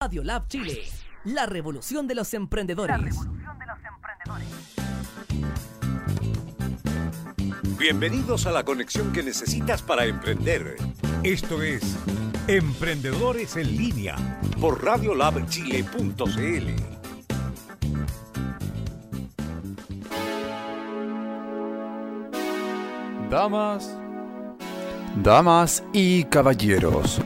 Radio Lab Chile, la revolución de los emprendedores. Bienvenidos a la conexión que necesitas para emprender Esto es Emprendedores en Línea. por radiolabchile.cl. Damas, damas y caballeros,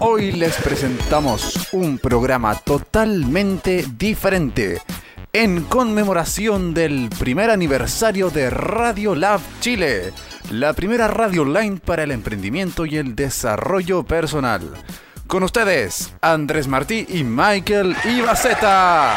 hoy les presentamos un programa totalmente diferente en conmemoración del primer aniversario de Radio Lab Chile, la primera radio online para el emprendimiento y el desarrollo personal. Con ustedes, Andrés Martí y Michael Ibaceta.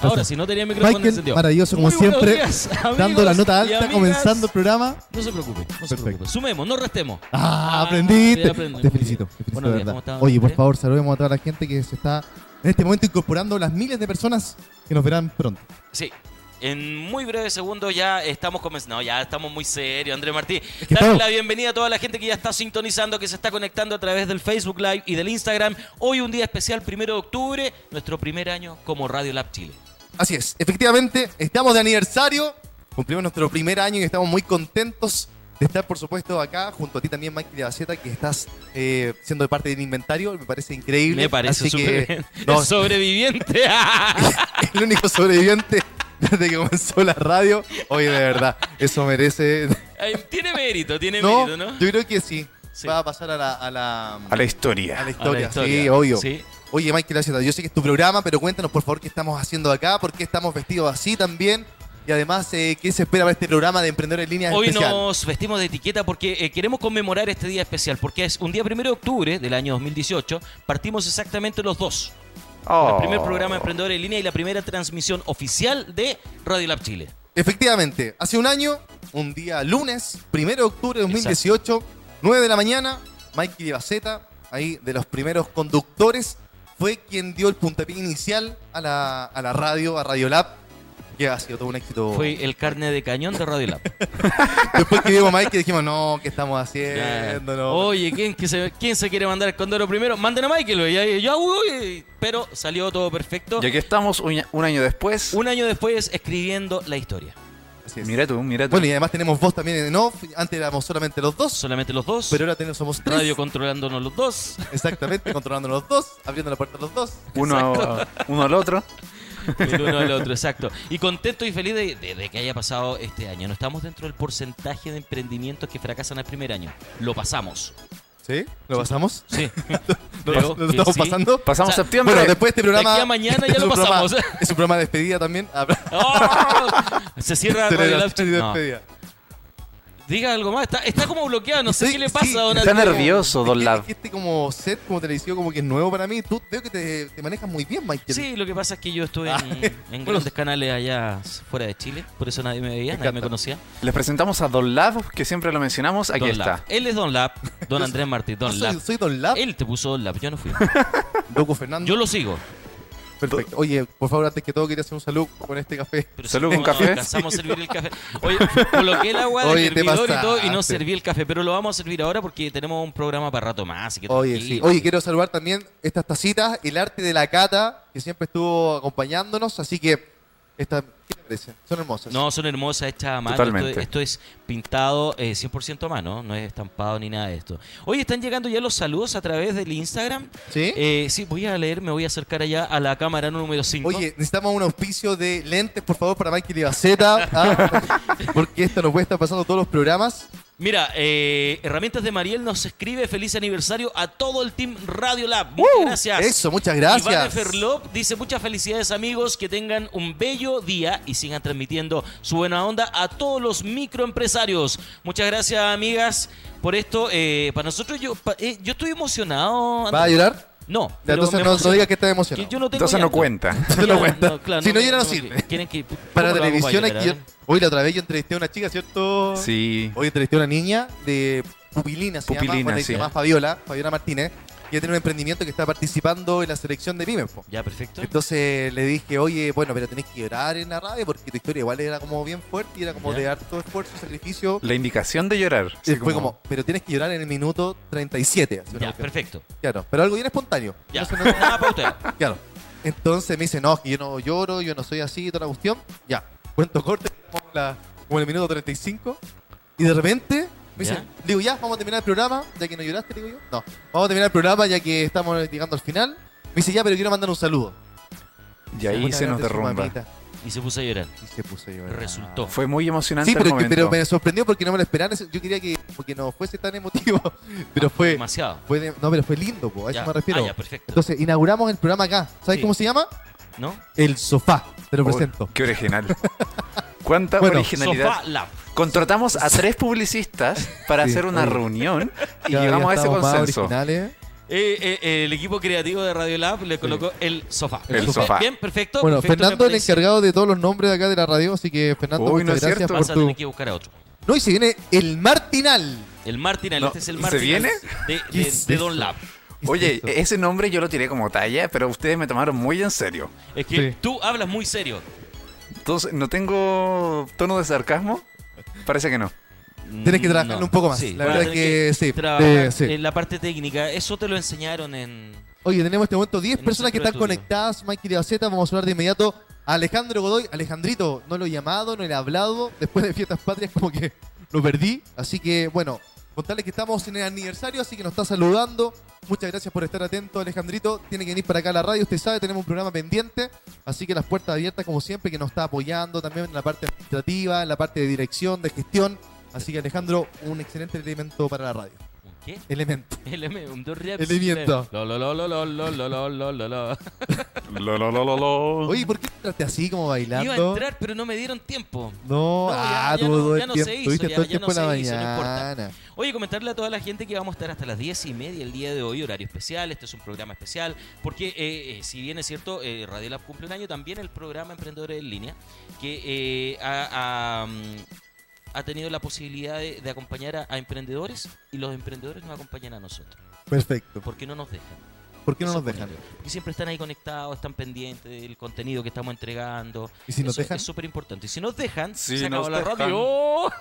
Ahora, si no tenía el micrófono Michael, encendido. maravilloso como Muy buenos siempre, días, amigos dando la nota y alta, amigas. comenzando el programa. No se preocupe, no se Perfecto. preocupe. Sumemos, no restemos. Ah, Ah, aprendiste. sí, aprendo, te muy felicito, bien. te felicito Buenos de días, verdad. ¿cómo eh? estás, Oye, por Andrés? favor, saludemos a toda la gente que se está en este momento incorporando, las miles de personas que nos verán pronto. Sí. En muy breve segundo ya estamos comenzando. No, ya estamos muy serios, Andrés Martí. que Darle estamos- la bienvenida a toda la gente que ya está sintonizando, que se está conectando a través del Facebook Live y del Instagram. Hoy un día especial, primero de octubre, nuestro primer año como Radio Lab Chile. Así es, efectivamente, estamos de aniversario, cumplimos nuestro primer año y estamos muy contentos de estar, por supuesto, acá, junto a ti también, Mike Baceta, que estás eh, siendo de parte del inventario, me parece increíble. Me parece Así súper que, bien. no, El sobreviviente. el único sobreviviente desde que comenzó la radio. Oye, de verdad, eso merece... Ay, tiene mérito, tiene No, mérito, ¿no? yo creo que sí. Sí. Va a pasar a la, a la, a A la la historia. historia. A la historia, sí, obvio. sí. Oye, Michael, Aceta, yo sé que es tu programa, pero cuéntanos por favor qué estamos haciendo acá, por qué estamos vestidos así también. Y además, eh, ¿qué se espera para este programa de Emprendedor en Línea Hoy especial? nos vestimos de etiqueta porque eh, queremos conmemorar este día especial, porque es un día primero de octubre del año 2018. Partimos exactamente los dos. Oh. El primer programa de Emprendedor en Línea y la primera transmisión oficial de Radio Lab Chile. Efectivamente, hace un año, un día lunes, 1 de octubre de 2018, 9 de la mañana, Mikey Baceta, ahí de los primeros conductores, fue quien dio el puntapié inicial a la, a la radio, a Radio Lab, que ha sido todo un éxito. Fue el carne de cañón de Radio Lab. Después que vimos a Mike dijimos, no, ¿qué estamos Ya. haciendo? Eh, No. Oye, ¿quién, que se, quién se quiere mandar el condoro primero? Manden a Michael. güey. Ya- ya, uy, pero salió todo perfecto. Y aquí estamos un, un año después. Un año después escribiendo la historia. Así es. Mira tú, mira tú. Bueno, y además tenemos voz también en off. Antes éramos solamente los dos, Solamente los dos. pero ahora tenemos, somos tres. Radio controlándonos los dos. Exactamente, controlando los dos, abriendo la puerta a los dos. uno, a- uno al otro. El uno al otro, exacto. Y contento y feliz de, de- de que haya pasado este año. No estamos dentro del porcentaje de emprendimientos que fracasan al primer año. Lo pasamos. ¿Sí? ¿Lo pasamos? Sí. ¿Lo, Creo pas- lo que estamos sí. pasando? Pasamos O sea, septiembre. Bueno, después de este programa. De aquí a mañana ya es lo un programa- pasamos. es un programa de despedida también. Habrá- ¡Oh! Se cierra Radio Lab. de No, despedida. diga algo más. Está, está como bloqueado. No sé Sí, qué le pasa, sí, don Está Andrés. nervioso, Es Don que- Lab. es que Este como set, como televisivo, como que es nuevo para mí. Tú veo que te, te manejas muy bien, Michael. Sí, lo que pasa es que yo estuve en, en grandes canales allá fuera de Chile. Por eso nadie me veía, nadie me encanta. conocía. Les presentamos a Don Lab, que siempre lo mencionamos. Aquí Don está. Lab. Él es Don Lab. Don Andrés Martí, Yo Don Lab. soy, soy Don Lab, Él te puso Don Lab. Yo no fui. Loco Fernando. Yo lo sigo. Perfecto. Oye, por favor, antes que todo, quería hacer un saludo con este café. Pero Salud, si ¿un no café? alcanzamos a servir el café. Oye, coloqué el agua del Oye, te Ah, hervidor y todo y no pasaste. serví el café, pero lo vamos a servir ahora porque tenemos un programa para rato más. Así que Oye, sí. tranquilo. Oye, quiero saludar también estas tacitas, el arte de la cata, que siempre estuvo acompañándonos, así que estas ¿qué te parecen? Son hermosas. No, son hermosas, hechas a mano. Esto, Totalmente. esto es pintado eh, 100% a mano, no es estampado ni nada de esto. Oye, están llegando ya los saludos a través del Instagram. ¿Sí? Eh, sí, voy a leer, me voy a acercar allá a la cámara número 5. Oye, necesitamos un auspicio de lentes, por favor, para Michael Ibaceta, ¿ah? porque esto nos puede estar pasando todos los programas. Mira, eh, Herramientas de Mariel nos escribe feliz aniversario a todo el team Radio Lab. Muchas gracias. ¡Uh! Eso, muchas Iván gracias. Ferlop dice muchas felicidades amigos, que tengan un bello día y sigan transmitiendo su buena onda a todos los microempresarios. Muchas gracias amigas por esto. Eh, para nosotros yo, pa- eh, yo estoy emocionado. ¿Va a llorar? No, Ya, pero entonces me no, no emociona. digas que estás Que emocionado. yo no tengo Entonces no llanto. cuenta. No Ya, cuenta. claro, Si no llora, no que- sirve. quieren que- Para ¿cómo lo hago televisión, llorar, aquí yo- eh? hoy la otra vez yo entrevisté a una chica, ¿cierto? Sí. Hoy entrevisté a una niña de Pupilina, se Pupilina, llama, bueno, y se sí. llama Fabiola, Fabiola Martínez. que tiene un emprendimiento que está participando en la selección de Pimenfo. Ya, perfecto. Entonces le dije, oye, bueno, pero tenés que llorar en la radio porque tu historia igual era como bien fuerte y era como Ya. de harto esfuerzo, sacrificio. La indicación de llorar. Y así fue como, pero tienes que llorar en el minuto 37. así una Ya, cuestión. perfecto. Claro, pero algo bien espontáneo. Ya. Entonces, no- Nada para usted. Claro. Entonces me dice, no, es que yo no lloro, yo no soy así, toda la cuestión. Ya. Cuento corte, como, la- como en el minuto 35. Y de repente me Ya. dice, digo, ya, vamos a terminar el programa, ya que no lloraste, digo yo. No, vamos a terminar el programa ya que estamos llegando al final. Me dice, ya, pero quiero mandar un saludo. Y ahí Muchas se nos gracias, derrumba. mamita. Y se puso a llorar. Y se puso a llorar. Resultó. Fue muy emocionante Sí, el pero, momento. pero me sorprendió porque no me lo esperaba. Yo quería que, porque no fuese tan emotivo. Pero fue, Demasiado. fue de- no, pero fue lindo, po, a eso Ya. me refiero. Ah, ya, perfecto. Entonces, inauguramos el programa acá. ¿Sabes Sí. cómo se llama? ¿No? El sofá. Te lo Oh, presento. Qué original. Cuánta Bueno, originalidad. Sofá Lab. Contratamos a tres publicistas para Sí, hacer una oye. reunión y Cada día llegamos a ese estamos más consenso. originales. Eh, eh, eh, el equipo creativo de Radio Lab le colocó el sofá. El Bien, sofá. Bien, perfecto. Bueno, perfecto, me Fernando es el parece. encargado de todos los nombres de acá de la radio, así que Fernando, Uy, muchas no es gracias cierto. por Vas a tener tu... que buscar a otro. No, y se viene el Martinal. El Martinal, No, este es el ¿se Martinal viene? de, ¿Qué de- es de esto? Don Lab. Oye, Esto. ese nombre yo lo tiré como talla, pero ustedes me tomaron muy en serio. Es que Sí. tú hablas muy serio. Entonces, ¿no tengo tono de sarcasmo? Parece que no. Tienes que trabajarlo un poco más. La vas a verdad tener que sí. trabajar Eh, sí. En la parte técnica, eso te lo enseñaron en. Oye, tenemos en este momento 10 En personas que nuestro están estudio. conectadas. Mikey de Baceta, vamos a hablar de inmediato. a Alejandro Godoy, Alejandrito, no lo he llamado, no le he hablado. Después de Fiestas Patrias, como que lo perdí. Así que, bueno, contarles que estamos en el aniversario, así que nos está saludando. Muchas gracias por estar atento, Alejandrito. Tiene que venir para acá a la radio, usted sabe, tenemos un programa pendiente. Así que las puertas abiertas, como siempre, que nos está apoyando también en la parte administrativa, en la parte de dirección, de gestión. Así que, Alejandro, un excelente elemento para la radio. ¿Un ¿Qué? Elemento. LM, un dos reps. Elemento. Lo, lo, lo, lo, lo, lo, lo, lo, lo, lo, lo. Lo, lo, lo, lo, lo. Oye, ¿por qué entraste así, como bailando? Iba a entrar, pero no me dieron tiempo. No, No, ya- ah, ya tú no- todo ya el no tiempo, se hizo, tuviste ya- todo el ya tiempo no en la se hizo, no importa. mañana. Oye, comentarle a toda la gente que vamos a estar hasta las 10 y media el día de hoy, horario especial. Este es un programa especial, porque eh, eh, si bien es cierto, eh, Radio Lab cumple un año, también el programa Emprendedores en Línea, que eh, ha, ha, mm, ha tenido la posibilidad de, de acompañar a, a emprendedores y los emprendedores nos acompañan a nosotros, Perfecto. porque no nos dejan. ¿Por qué no Eso nos es dejan? bonito, Porque siempre están ahí conectados, están pendientes del contenido que estamos entregando. ¿Y si nos Eso dejan? Es súper importante. Y si nos dejan, Si se acabó nos la dejan. radio.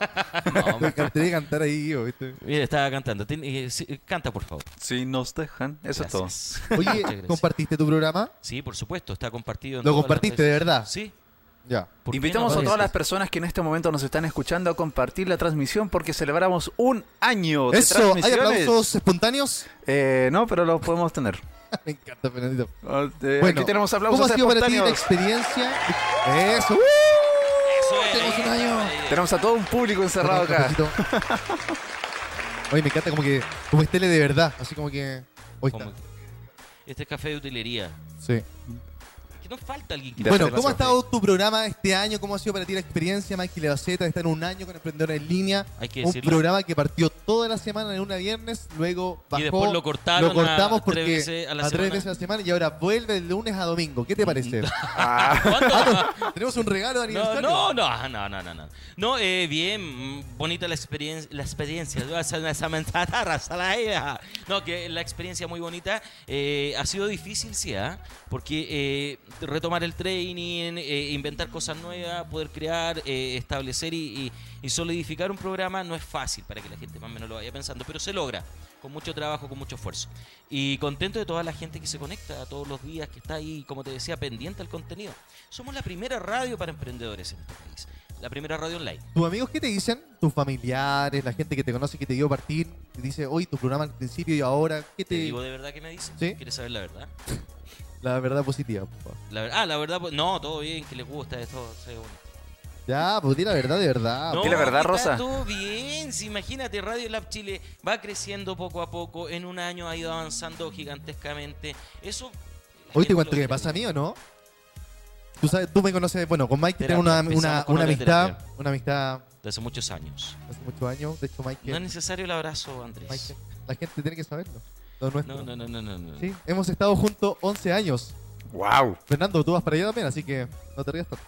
No, Me encantaría cantar ahí, yo, ¿viste? Mira, estaba cantando. Tien- eh, sí, eh, Canta, por favor. Si nos dejan, eso es todo. Gracias. Muchas Oye, gracias. ¿compartiste tu programa? Sí, por supuesto, está compartido. en ¿Lo todas las compartiste, de redes verdad? sociales. Sí. Ya. ¿por qué Invitamos no? a todas las personas que en este momento nos están escuchando a compartir la transmisión porque celebramos un año de Eso, ¿hay transmisiones. aplausos espontáneos? Eh, no, pero lo podemos tener. Me encanta, Fernandito. Ah, eh, Bueno, aquí tenemos ¿Cómo aplausos ha sido para ti la espontáneos. experiencia? Eso. ¡uh! Eso es, Tenemos un año. Tenemos a todo un público encerrado acá. Fernando, Fernandito. Oye, me encanta como que como es tele de verdad, así como que hoy Como- está. Este es café de utilería. Sí. Que no falta alguien que. De Bueno, hacer ¿cómo ha las estado tu programa este año? ¿Cómo ha sido para ti la experiencia, Mikey Levaceta, de estar un año con Emprendedores en Línea? Hay que un decirlo. programa que partió toda la semana en una viernes, luego bajó. Y después lo cortaron lo cortamos a porque tres veces a la semana. tres veces a la semana y ahora vuelve de lunes a domingo. ¿Qué te parece? Ah, ¿Cuándo? Tenemos un regalo de No, aniversario. no, no, no, no, no, no. No, eh, bien, mm, bonita la experiencia, la experiencia. Yo hace una samantada, raza la era. No, que la experiencia muy bonita. Eh, ha sido difícil, sí, ¿ah? porque eh, retomar el training, eh, inventar cosas nuevas, poder crear, eh, establecer y, y- y solidificar un programa no es fácil para que la gente más o menos lo vaya pensando, pero se logra con mucho trabajo, con mucho esfuerzo. Y contento de toda la gente que se conecta todos los días, que está ahí, como te decía, pendiente al contenido. Somos la primera radio para emprendedores en este país. La primera radio online. ¿Tus amigos qué te dicen? ¿Tus familiares, la gente que te conoce, que te dio partir? Te dice, hoy tu programa al principio y ahora. ¿Qué Te te digo de verdad que me dicen. ¿Sí? ¿Quieres saber la verdad? La verdad positiva. por favor. La ver- Ah, la verdad, pues, no, todo bien, que les gusta esto. se une. Ya, pues di la verdad de verdad. No, di la verdad, está Rosa. Todo bien, si imagínate, Radio Lab Chile va creciendo poco a poco, en un año ha ido avanzando gigantescamente. Eso... la Hoy te gente cuento lo que me pasa a mí o no. Tú, sabes, tú me conoces, bueno, con Mike tengo Terapia, una, empezamos una, con una la amistad, terapia. una amistad De hace muchos años. hace muchos años. De hecho, Mike, No es necesario el abrazo, Andrés. Mike, la gente tiene que saberlo. Lo nuestro. No, no, no, no, no. no. Sí, hemos estado juntos 11 años. wow. Fernando, tú vas para allá también, así que no te rías tanto.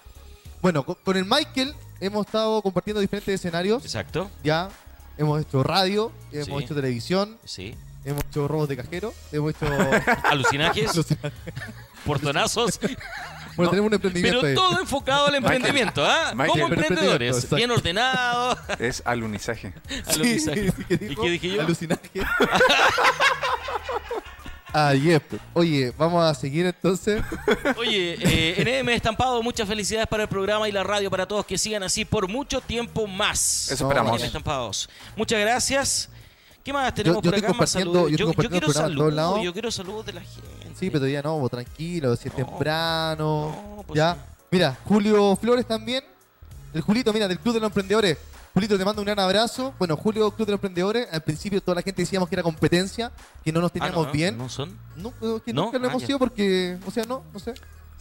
Bueno, con, con el Michael hemos estado compartiendo diferentes escenarios. Exacto, Ya hemos hecho radio, hemos Sí. hecho televisión, sí. hemos hecho robos de cajero, hemos hecho... Alucinajes, portonazos, bueno, tenemos un emprendimiento pero ahí. todo enfocado al emprendimiento, ¿ah? Michael, Como pero emprendimiento, emprendedores, exacto. bien ordenados. Es alunizaje. Sí, Alucinaje. sí, que ¿Y dijo qué dije yo? Alucinaje. Ah, yep. Oye, vamos a seguir entonces. Oye, eh, NM Estampado, muchas felicidades para el programa y la radio para todos que sigan así por mucho tiempo más. Eso No, esperamos. NM Estampados. Muchas gracias. ¿Qué más tenemos Yo- yo por estoy acá? Más compartiendo- saludos. yo estoy compartiendo quiero el programa en todos saludos, lados. yo quiero saludos de la gente. Sí, pero ya no, vos tranquilo, si es No. temprano. No, pues ya. sí. Mira, Julio Flores también. El Julito, mira, del Club de los Emprendedores. Julito, te mando un gran abrazo. Bueno, Julio, Club de los Emprendedores. Al principio toda la gente decíamos que era competencia, que no nos Ah, teníamos no, bien. No son. No, eh, que ¿No? nunca lo Ah, hemos ya. sido porque, o sea, no, no sé.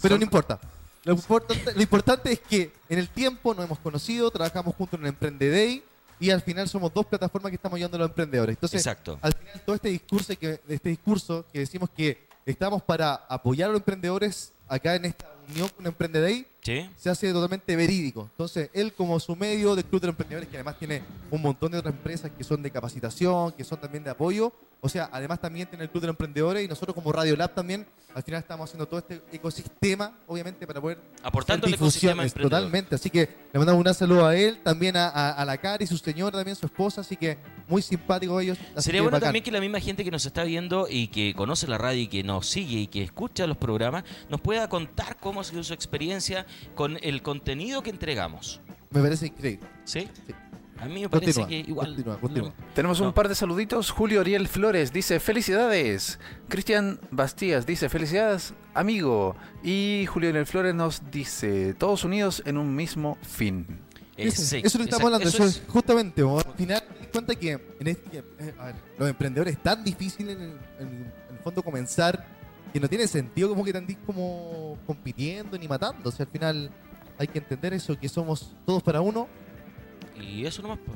Pero no importa. Lo importante, lo importante es que en el tiempo nos hemos conocido, trabajamos juntos en el Emprende Day y al final somos dos plataformas que estamos ayudando a los emprendedores. Entonces, Exacto. al final todo este discurso que, este discurso que decimos que estamos para apoyar a los emprendedores acá en esta unión con Emprende Day Sí. se hace totalmente verídico. Entonces, él como su medio del Club de los Emprendedores, que además tiene un montón de otras empresas que son de capacitación, que son también de apoyo, o sea, además también tiene el Club de los Emprendedores y nosotros como Radio Lab también, al final estamos haciendo todo este ecosistema, obviamente, para poder Aportando hacer al ecosistema difusiones, emprendedor. Totalmente, así que le mandamos un gran saludo a él, también a, a- a la Cari, su señora, también su esposa, así que muy simpático ellos. así Sería que bueno bacán. también que la misma gente que nos está viendo y que conoce la radio y que nos sigue y que escucha los programas nos pueda contar cómo ha sido su experiencia con el contenido que entregamos. Me parece increíble. ¿Sí? Sí. A mí me parece Continúa, que igual. continúa, continúa. Tenemos un No. par de saluditos. Julio Ariel Flores dice felicidades. Cristian Bastías dice felicidades, amigo. Y Julio Ariel Flores nos dice todos unidos en un mismo fin. Ese, Eso, eso es lo que exacto, estamos hablando, eh, eso es- justamente, vos, al final te das cuenta que, en este- eh, a ver, los emprendedores es tan difícil en el, en- en el fondo comenzar que no tiene sentido como que te andís como compitiendo ni matando, o sea, al final hay que entender eso, que somos todos para uno Y eso nomás. po.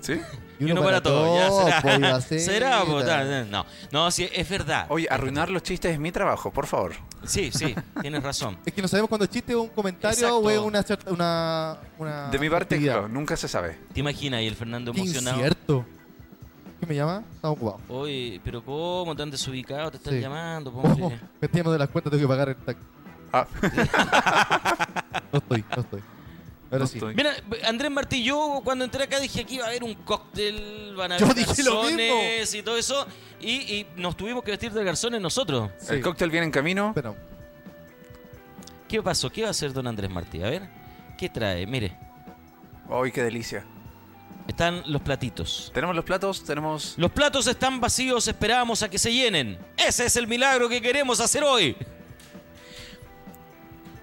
¿Sí? Y uno, para, todo. Ya po, pues, iba será. a ser. será, po, ta- no. No, sí, es verdad. Oye, arruinar los chistes es mi trabajo, por favor. Sí, sí, tienes razón. Es que no sabemos cuando es chiste o un comentario Exacto. o es una, cierta- una, una... De mi parte, actividad. claro, nunca se sabe. Te imaginas, y el Fernando Qué emocionado. incierto. ¿Qué me llama? Estamos ocupados. Oye, pero ¿cómo? ¿Tan desubicado? ¿Te están Sí. llamando? po, Oh, hombre. me estoy llamando de las cuentas, tengo que pagar el tax. Ah. no estoy, no estoy. Ahora sí. estoy. Mira, Andrés Martí, yo cuando entré acá dije aquí iba a haber un cóctel, van a Yo haber dije lo garzones y todo eso. Y, y nos tuvimos que vestir de garzones nosotros. Sí. El cóctel viene en camino. Pero, ¿Qué pasó? ¿Qué va a hacer don Andrés Martí? A ver, ¿qué trae? Mire, ¡Ay, qué delicia! están los platitos. Tenemos los platos, tenemos... Los platos están vacíos, esperamos a que se llenen. Ese es el milagro que queremos hacer hoy.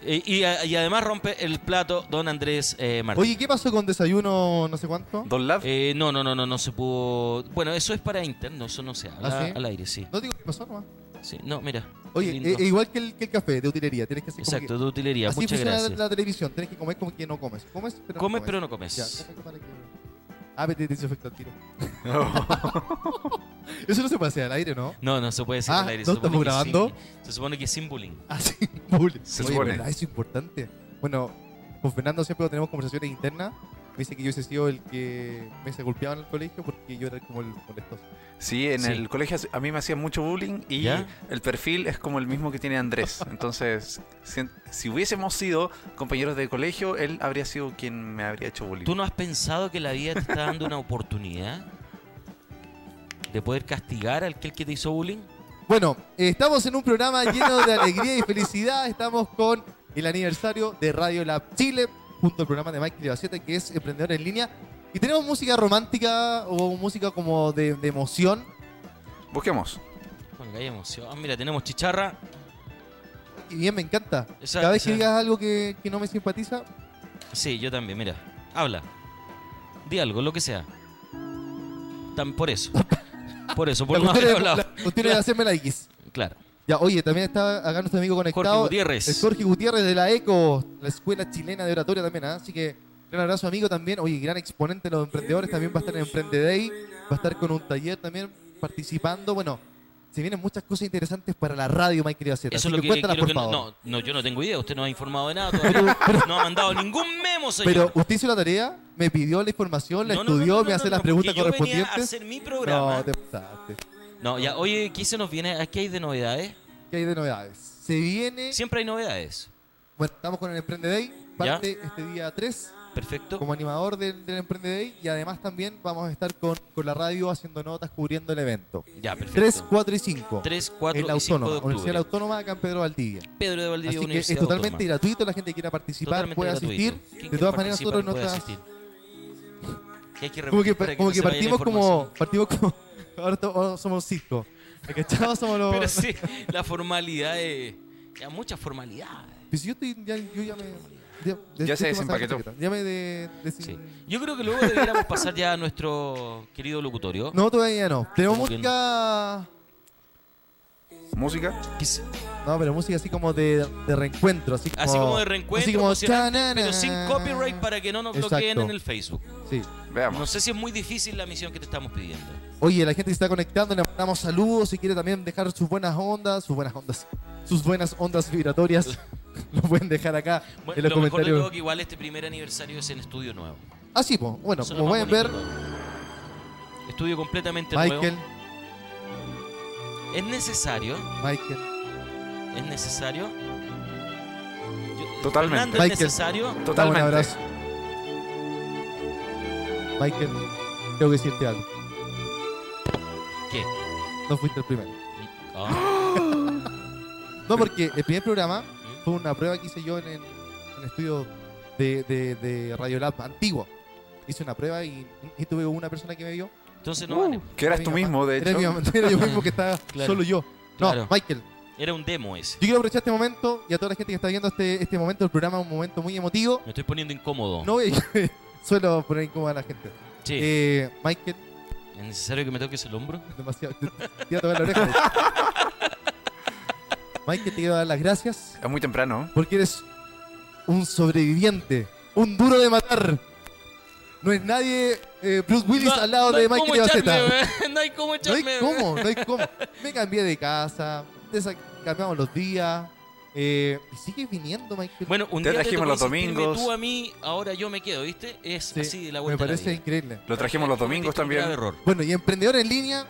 Eh, Y, y a- y además rompe el plato don Andrés eh, Martí. oye, ¿qué pasó con desayuno no sé cuánto? Don Lab. Eh, no, no, no, no, no se pudo. Bueno, eso es para interno, eso no se habla ¿Ah, sí? al aire, sí. No digo qué pasó nomás. sí. No, mira. Oye, lindo. eh, eh, igual que el, que el café de utilería, tienes que hacer como Exacto, que- de utilería, así muchas funciona la- gracias. la televisión, tienes que comer como que no comes. Comes, Comes, pero no comes. pero no comes. Ya, come para que... Ah, vete, desinfecta el tiro. Eso no se puede hacer al aire, ¿no? No, no se puede decir Ah, al aire. ¿no se supone que estamos grabando? sin- se supone que sin bullying. Así, bullying. Se Ah, Oye, supone. ¿verdad? Eso es importante. Bueno, con Fernando siempre tenemos conversaciones internas. Me dice que yo hubiese sido el que me se golpeaba en el colegio porque yo era como el molestoso. Sí, en Sí. el colegio a mí me hacían mucho bullying y ¿Ya? el perfil es como el mismo que tiene Andrés. Entonces, si, si hubiésemos sido compañeros de colegio, él habría sido quien me habría hecho bullying. ¿Tú no has pensado que la vida te está dando una oportunidad de poder castigar al que, el que te hizo bullying? Bueno, eh, estamos en un programa lleno de alegría y felicidad. Estamos con el aniversario de Radio Lab Chile, junto al programa de Mike Libacete, que es Emprendedor en Línea. Y tenemos música romántica o música como de, de emoción. Busquemos. Bueno, que hay emoción. Ah, Mira, tenemos chicharra. Y bien, me encanta. Esa- Cada vez que esa- digas algo que, que no me simpatiza, Sí, yo también, mira. Habla. Di algo, lo que sea. Tan, por eso. Por eso, por la no cuestión haber es- hablado. la cuestión es hacerme la X. Claro. Ya, oye, también está acá nuestro amigo conectado. Jorge Gutiérrez. El Jorge Gutiérrez de la ECO, la Escuela Chilena de Oratoria también, ¿ah? Así que gran abrazo, amigo, también. Oye, gran exponente de los emprendedores, también va a estar en Emprende Day, va a estar con un taller también participando. Bueno, se vienen muchas cosas interesantes para la radio, Mike Rivaceta. Eso Así es lo que, que, cuéntalas, quiero por que no, favor. no, no, yo no tengo idea. Usted no ha informado de nada todavía. no ha mandado ningún memo, señor. Pero usted hizo la tarea, me pidió la información, la No, no, no, estudió, no, me no, hace no, las no, preguntas porque yo venía a correspondientes. hacer mi programa. No, te pasaste. No, No, ya, oye, ¿qué se nos viene? ¿Aquí hay de novedades? ¿Qué hay de novedades? Se viene. Siempre hay novedades. Bueno, estamos con el Emprende Day. Parte este día 3 Perfecto. como animador del, del Emprende Day. Y además también vamos a estar con, con la radio haciendo notas cubriendo el evento. Ya, perfecto. 3, 4 y 5. 3, 4 en la y 5 de Autónoma, Universidad octubre. Autónoma acá en Pedro Valdivia. Pedro de Valdivia, Así que es Universidad totalmente Autónoma. gratuito, la gente que quiera participar Totalmente puede gratuito. ¿Quién asistir. De quiere todas maneras, participar nosotros puede notas asistir? Que hay que como repetir que, para como no que se vaya la partimos como información. partimos como ahora, to- ahora somos cinco ¿Me cachaba? somos los Pero sí, la formalidad es... Ya, mucha formalidad. Pues yo estoy ya, yo ya me ya, Ya se estoy pasando desempaquetó. la chaqueta. ya me de, de- Sí. Mm. Yo creo que luego deberíamos pasar ya a nuestro querido locutorio. no todavía no tenemos Como que música ¿Música? Que se- no pero música así como de, de reencuentro así como, Así como de reencuentro, Oh. así como emocionante, pero chanana. sin copyright para que no nos bloqueen Exacto. en el Facebook. sí No Veamos. sé si es muy difícil la misión que te estamos pidiendo. Oye, la gente que está conectando, le mandamos saludos. Si quiere también dejar sus buenas ondas, sus buenas ondas, sus buenas ondas vibratorias, lo pueden dejar acá Bueno, en los lo mejor de comentarios. todo que igual este primer aniversario es en estudio nuevo. Ah, sí, po. bueno, Eso es como lo más pueden ver, bonito, ¿no? Estudio completamente Michael, nuevo. Es necesario, Michael, es necesario. Yo- Totalmente. Fernando, es Michael. necesario. dame un Totalmente. abrazo. Michael, tengo que decirte algo. ¿Qué? No fuiste el primero. Ah, No, porque el primer programa fue una prueba que hice yo en el, en el estudio de, de, de Radiolab antiguo. Hice una prueba y, y tuve una persona que me vio. entonces Uh. no vale. Uh, Que eras tú mismo, de Era, hecho. mi- era yo mismo que estaba Claro. solo yo. No, Claro. Michael, yo Era un demo ese. quiero aprovechar este momento y a toda la gente que está viendo este, este momento del programa, un momento muy emotivo. Me estoy poniendo incómodo. No voy a- suelo poner incómoda a la gente. Sí. Eh, Michael, ¿Es necesario que me toques el hombro? demasiado. Te, te iba a tocar la oreja. Michael, te quiero dar las gracias Es muy temprano. porque eres un sobreviviente, un duro de matar. No es nadie eh, Bruce Willis al lado hay de Michael cómo Ibaceta. echarme, weón. No hay cómo No echarme. hay weón. cómo, no hay cómo. Me cambié de casa, desa- cambiamos los días. Eh, y sigues viniendo, Michael. Bueno, un Te día trajimos tocó los insistirme domingos. Tú a mí, ahora yo me quedo, ¿viste? Es Sí, así de la me vuelta. a la parece vida. increíble. Lo trajimos los domingos Cometiste un grave también. error. Bueno, y Emprendedor en Línea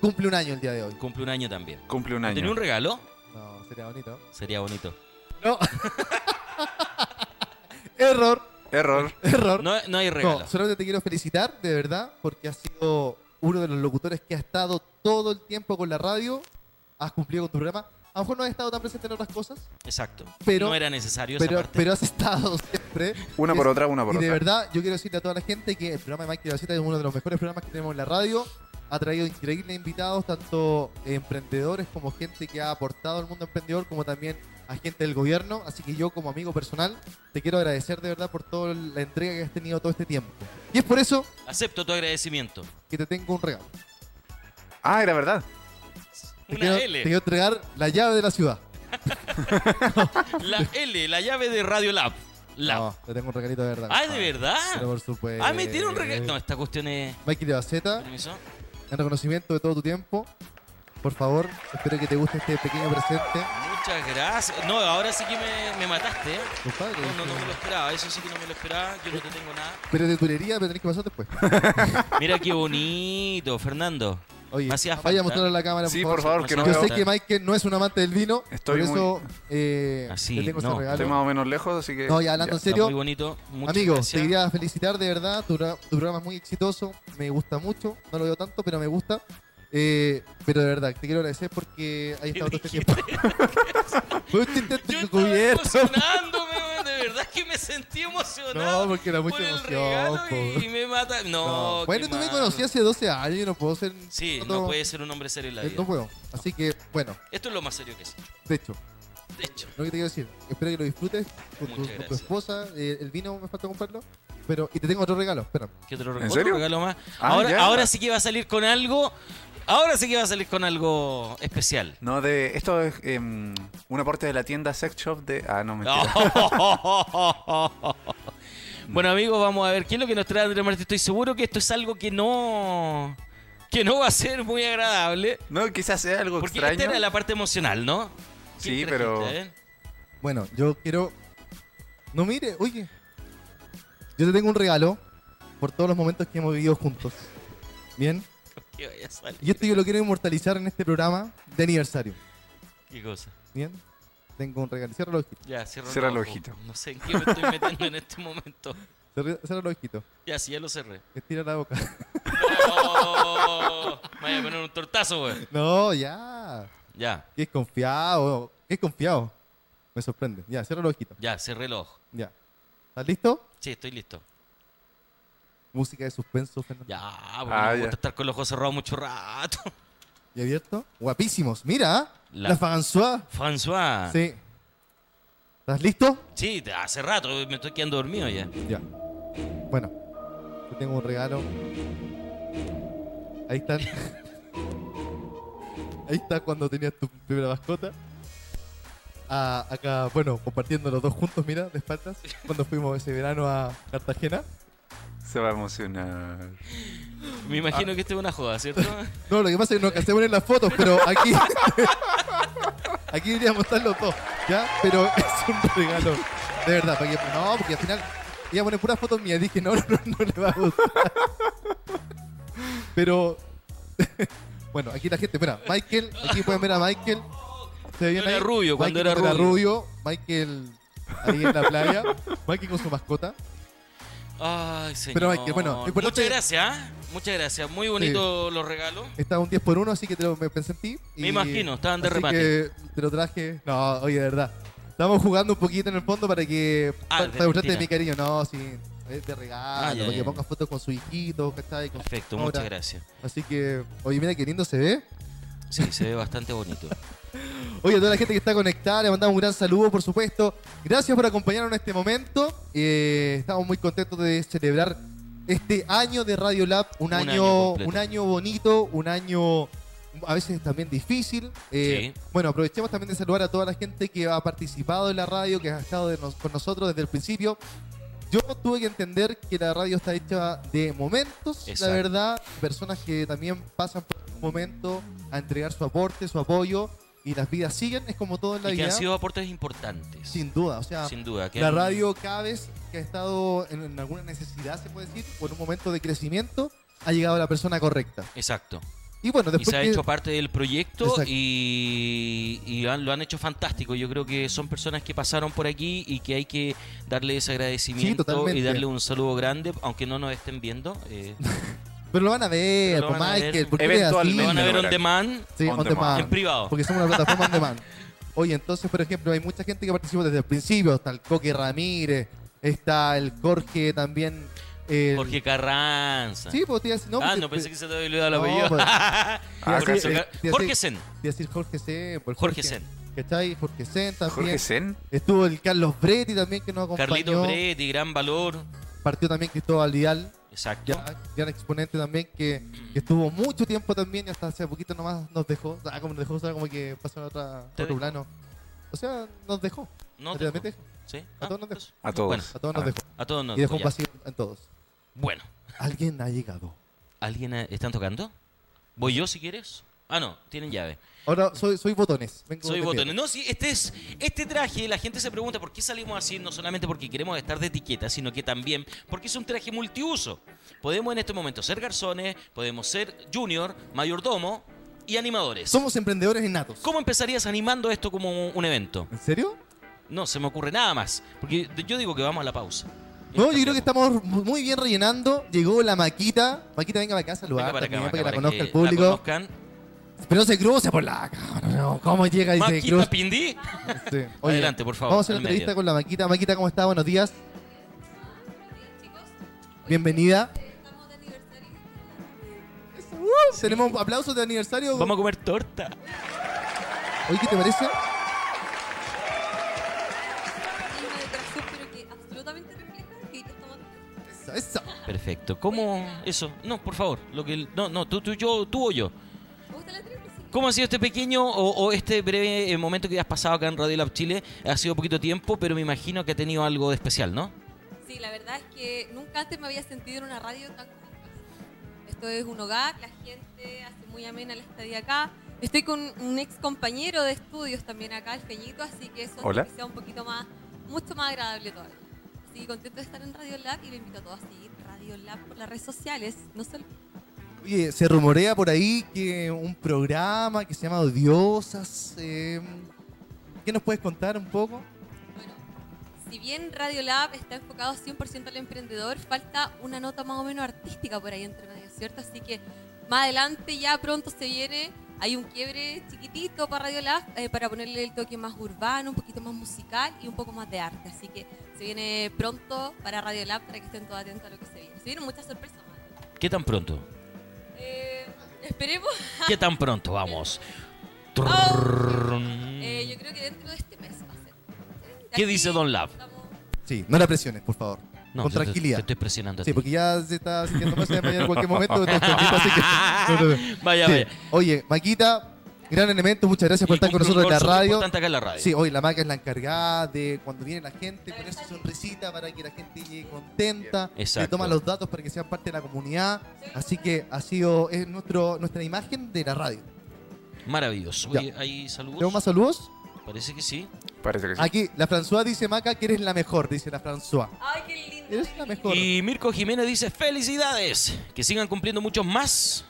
cumple un año el día de hoy. Cumple un año también. Cumple un ¿Tenía año. un regalo? No, sería bonito. Sería bonito. No. error, Error. error. No, no hay regalo. No, solamente te quiero felicitar, de verdad, porque has sido uno de los locutores que ha estado todo el tiempo con la radio. Has cumplido con tu programa. A lo mejor no has estado tan presente en otras cosas, Exacto. Pero- no era necesario esa pero, parte. pero has estado siempre. Una por otra, una por Y de otra. verdad, yo quiero decirle a toda la gente que el programa de Mike Tiracita es uno de los mejores programas que tenemos en la radio. Ha traído increíbles invitados, tanto emprendedores como gente que ha aportado al mundo emprendedor, como también a gente del gobierno. Así que yo, como amigo personal, te quiero agradecer de verdad por toda la entrega que has tenido todo este tiempo. Y es por eso Acepto tu agradecimiento. que te tengo un regalo. Ah, era verdad. Te, Una quiero, te L. quiero entregar la llave de la ciudad. La L, la llave de Radio Lab. Lab. No, te tengo un regalito de verdad. Ay, Ah, de Pero verdad. por supuesto. Ah, me tiene un eh. regalo. No, esta cuestión es. Mike Tiracita, Permiso. en reconocimiento de todo tu tiempo, por favor, espero que te guste este pequeño presente. Muchas gracias. No, ahora sí que me, me mataste. ¿eh? Compadre, No, no, no este- me lo esperaba. Eso sí que no me lo esperaba. Yo no te tengo nada. Pero es de tulería, pero tenés que pasar después. Mira qué bonito, Fernando. Oye, Me hacía vaya falta. a mostrar a la cámara, Sí, por por favor. favor, que no Yo veo. Yo sé que Mike no es un amante del vino, Estoy por eso eh, Así, le tengo no, este regalo. Estoy más o menos lejos, así que. No, ya hablando en Está serio, muy bonito. Muchas Amigo, gracias. te quería felicitar de verdad. Tu, ra- tu programa es muy exitoso. Me gusta mucho. No lo veo tanto, pero me gusta. Eh, pero de verdad, te quiero agradecer porque ahí estado todo este tiempo. Fue un intento Yo estaba encubierto. emocionándome, weón, de verdad que me sentí emocionado. No, porque era mucha por el emoción. regalo po. y me mata. No, No. qué Bueno, tú me mal. conocí hace 12 años. Yo no puedo ser. Sí, otro- no puede ser un hombre serio en la eh, vida. No puedo. Así que, bueno, Esto es lo más serio que es. de hecho, De hecho, lo que te quiero decir. Espero que lo disfrutes con, tu, Muchas con tu gracias. esposa. eh, el vino me falta comprarlo. Pero, y te tengo otro regalo. Espera. ¿qué otro, ¿En otro serio? regalo más? Ah, ahora, ya. ahora sí que va a salir con algo. Ahora sí que va a salir con algo especial. No, de. Esto es em, un aporte de la tienda Sex Shop de. Ah, no, mentira. bueno, amigos, vamos a ver qué es lo que nos trae Andrés Martí. Estoy seguro que esto es algo que no. que no va a ser muy agradable. No, quizás sea algo Porque extraño. esta era la parte emocional, ¿no? ¿Qué Sí, trajiste, pero- eh? Bueno, yo quiero. No mire, oye. Yo te tengo un regalo por todos los momentos que hemos vivido juntos. ¿Bien? que vaya a salir. Y esto yo lo quiero inmortalizar en este programa de aniversario. ¿Qué cosa? ¿Bien? Tengo un regalo. Cierra el ojito. Ya, cierra, Cierra el ojo. ojito. No sé en qué me estoy metiendo en este momento. Cierra cierra el ojito. Ya, sí, ya lo cerré. Oh, Estira la boca. ¡No! Me oh, Vaya a poner un tortazo, güey. No, ya. Ya, Qué desconfiado. Qué desconfiado. Me sorprende. Ya, cierra el ojito. ya, cerré el ojo. Ya. ¿Estás listo? Sí, estoy listo. Música de suspenso, Fernando. Ya, porque Ah, no me ya. gusta estar con los ojos cerrados mucho rato. ¿Y abierto? Guapísimos. Mira, ¿ah? La- Ah. la, Faganzúa. François. Sí. Sí. ¿Estás listo? hace rato me estoy quedando dormido ya. Ya. Bueno, yo tengo un regalo. Ahí están. Ahí está cuando tenías tu primera mascota. Ah, acá, bueno, compartiendo los dos juntos, mira, de espaldas. Cuando fuimos ese verano a Cartagena. Se va a emocionar. Me imagino Ah. que esta es una joda, ¿cierto? No, lo que pasa es que nos cansé de poner las fotos, pero aquí. aquí deberíamos estar los dos, ¿ya? Pero es un regalo. De verdad, para que- No, porque al final iba a poner puras fotos mías. Dije, no, no, no, no le va a gustar. pero. bueno, aquí la gente, espera, Michael, aquí pueden ver a Michael. ¿Se ve bien Cuando era ahí? rubio, cuando Michael era rubio. Michael ahí en la playa. Michael con su mascota. Ay, señor. Pero hay que- bueno, lo importante- Muchas gracias, ¿eh? muchas gracias. Muy bonito los regalos. Está un 10 por 1 así que te lo, me pensé en ti. Me imagino, estaban de así remate. que te lo traje. No, oye, de verdad. Estamos jugando un poquito en el fondo para que. Ah, pa- de para mostrarte mentira. mi cariño. No, sí. es De regalo, Ah, ya, para ya. que pongas fotos con su hijito, ¿cachai? Con su Perfecto, señora. muchas gracias. Así que, oye, mira qué lindo se ve. Sí, se ve bastante bonito. Oye, a toda la gente que está conectada, le mandamos un gran saludo, por supuesto. Gracias por acompañarnos en este momento. Eh, estamos muy contentos de celebrar este año de Radio Lab, un, Un año, año completo. un año bonito, un año a veces también difícil. Eh, Sí. Bueno, aprovechemos también de saludar a toda la gente que ha participado en la radio, que ha estado de nos- con nosotros desde el principio. Yo tuve que entender que la radio está hecha de momentos, Exacto. la verdad, personas que también pasan por un momento a entregar su aporte, su apoyo y las vidas siguen, es como todo en la Y que vida, han sido aportes importantes. sin duda, o sea, Sin duda. que la han- radio cada vez que ha estado en, en alguna necesidad, se puede decir, por un momento de crecimiento, ha llegado la persona correcta. Exacto. Y bueno, y después se ha que- hecho parte del proyecto Exacto. y, y han- lo han hecho fantástico. Yo creo que son personas que pasaron por aquí y que hay que darle ese agradecimiento totalmente. y darle un saludo grande, aunque no nos estén viendo. eh, pero lo van a ver, Pero lo pues, van a ver. Michael, porque Eventualmente. eventualmente lo van a ver on verán. demand Sí, On on demand. demand. en privado. ah, Porque somos una plataforma on demand. Oye, entonces, por ejemplo, hay mucha gente que participó desde el principio. Está el Coque Ramírez, está el Jorge también. el- Jorge Carranza. Sí, pues te iba a decir, no, ah, pues, no te- pensé que se te había olvidado el No, apellido. pues, Ah, Jorge casi. Car- Sí, Jorge sí. Sen. te iba a decir Jorge C. por Jorge Sen. ¿Cachai? Jorge C también. Jorge Zen. Estuvo el Carlos Bretti también que nos acompañó. Carlito Bretti, gran valor. Partió también Cristóbal Vidal, Exacto. ya, gran exponente también, que, que estuvo mucho tiempo también y hasta hace poquito nomás nos dejó. Ah, como nos dejó, o sea, como que pasó a otra, Te otro dejó. plano. O sea, nos dejó. No te- literalmente ¿Sí? A Ah, todos nos dejó. entonces- A todos. Bueno, A todos nos Ah. dejó. a todos nos Y dejó un ya. vacío en todos. Bueno, Alguien ha llegado. ¿alguien eh, están tocando? ¿Voy yo si quieres? Ah, no, tienen llave. Ahora soy, soy botones. Vengo Soy de botones. miedo. No, sí, este es este traje, la gente se pregunta por qué salimos así, no solamente porque queremos estar de etiqueta, sino que también porque es un traje multiuso. Podemos en este momento ser garzones, podemos ser junior, mayordomo y animadores. Somos emprendedores innatos. ¿Cómo empezarías animando esto como un evento? ¿En serio? No, se me ocurre nada más, porque yo digo que vamos a la pausa. Y No, nos yo creo que cambiamos. estamos muy bien rellenando. Llegó la Maquita. Maquita, venga para acá a saludar Venga para acá, Maca, también, para que la para conozca que el público. conozcan. Pero no se cruce por la cámara. no. ¿Cómo llega y se Maquita cruza? Pindí. Sí. Adelante, por favor, Vamos a hacer al una entrevista medio. con la Maquita. Maquita, ¿cómo está? Buenos días. Bienvenida. Eso, uh, Tenemos aplausos de aniversario. Vamos a comer torta. Oye, ¿qué te parece? este Eso, eso. Perfecto. ¿Cómo eso? No, por favor. Lo que no, no, tú, tú, yo, tú o yo. ¿Cómo ha sido este pequeño o, o este breve eh, momento que has pasado acá en Radio Lab Chile? Ha sido poquito tiempo, pero me imagino que ha tenido algo de especial, ¿no? Sí, la verdad es que nunca antes me había sentido en una radio tan como en casa. Esto es un hogar, la gente hace muy amena la estadía acá. Estoy con un ex compañero de estudios también acá, el Feñito, así que eso hace Hola. que sea un poquito más, mucho más agradable todavía. Así que contento de estar en Radio Lab y le invito a todos a seguir Radio Lab por las redes sociales. No se olviden. Oye, se rumorea por ahí que un programa que se llama Odiosas. eh, ¿Qué nos puedes contar un poco? Bueno, si bien Radio Lab está enfocado 100% al emprendedor, falta una nota más o menos artística por ahí entre medio, ¿cierto? Así que más adelante ya pronto se viene, hay un quiebre chiquitito para Radio Lab eh, para ponerle el toque más urbano, un poquito más musical y un poco más de arte. Así que se viene pronto para Radio Lab para que estén todos atentos a lo que se viene. Se vienen muchas sorpresas. más. ¿Qué tan pronto? Eh, esperemos. ¿Qué tan pronto? Vamos. Oh, eh, yo creo que dentro de este mes va a ser. De Mm. ¿Qué aquí dice Don Lab? estamos- Sí, no la presiones, por favor. No, Con te- te- tranquilidad. Te, estoy presionando a Sí, ti. porque ya se está sintiendo más allá en cualquier momento. entonces, así que- no, no, no. Vaya, Sí. vaya. Oye, Maquita, gran elemento, muchas gracias por Y estar con un nosotros en la rol súper radio. importante acá en la radio. Sí, hoy la Maca es la encargada de cuando viene la gente, poner su sonrisita para que la gente llegue contenta, le Exacto. toma los datos para que sean parte de la comunidad. Así que ha sido es nuestro, nuestra imagen de la radio. Maravilloso. Ya. Oye, ¿hay saludos? ¿Tenemos más saludos? Parece que sí. Parece que sí. Aquí, la François dice, Maca, que eres la mejor, dice la François. Ay, qué lindo. Eres la mejor. Y Mirko Jiménez dice, felicidades. Que sigan cumpliendo muchos más.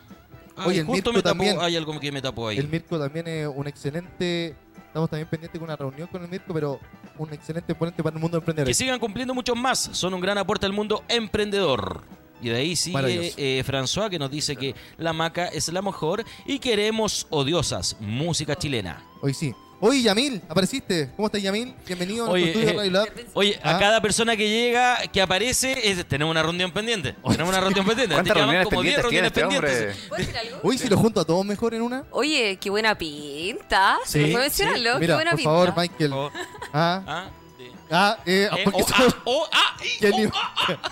Ay, Oye, el justo Mirko me tapó. también. Hay algo que me tapó ahí. El Mirko también es un excelente. Estamos también pendientes con una reunión con el Mirko, pero un excelente ponente para el mundo emprendedor. Que sigan cumpliendo muchos más. Son un gran aporte al mundo emprendedor. Y de ahí sigue Maravilloso. eh, François que nos dice que la maca es la mejor y queremos odiosas. Música chilena. Hoy sí. Oye, Yamil, apareciste. ¿Cómo estás, Yamil? Bienvenido a Oye, nuestro estudio eh, Radio Lab. Oye, Ah. a cada persona que llega, que aparece, es- tenemos una reunión pendiente. Tenemos una reunión pendiente. ¿Cuántas Te llaman reuniones como 10 pendientes tiene este reuniones hombre? pendientes. ¿Puedo decir algo? Oye, si lo junto a todos mejor en una. Oye, qué buena pinta. Sí, ¿Puedo mencionarlo? qué Mira, buena por pinta. favor, Michael. Oh, Ah, ah, de- ah, eh, eh, porque oh, son- ah, oh, ah, y- Qué lindo.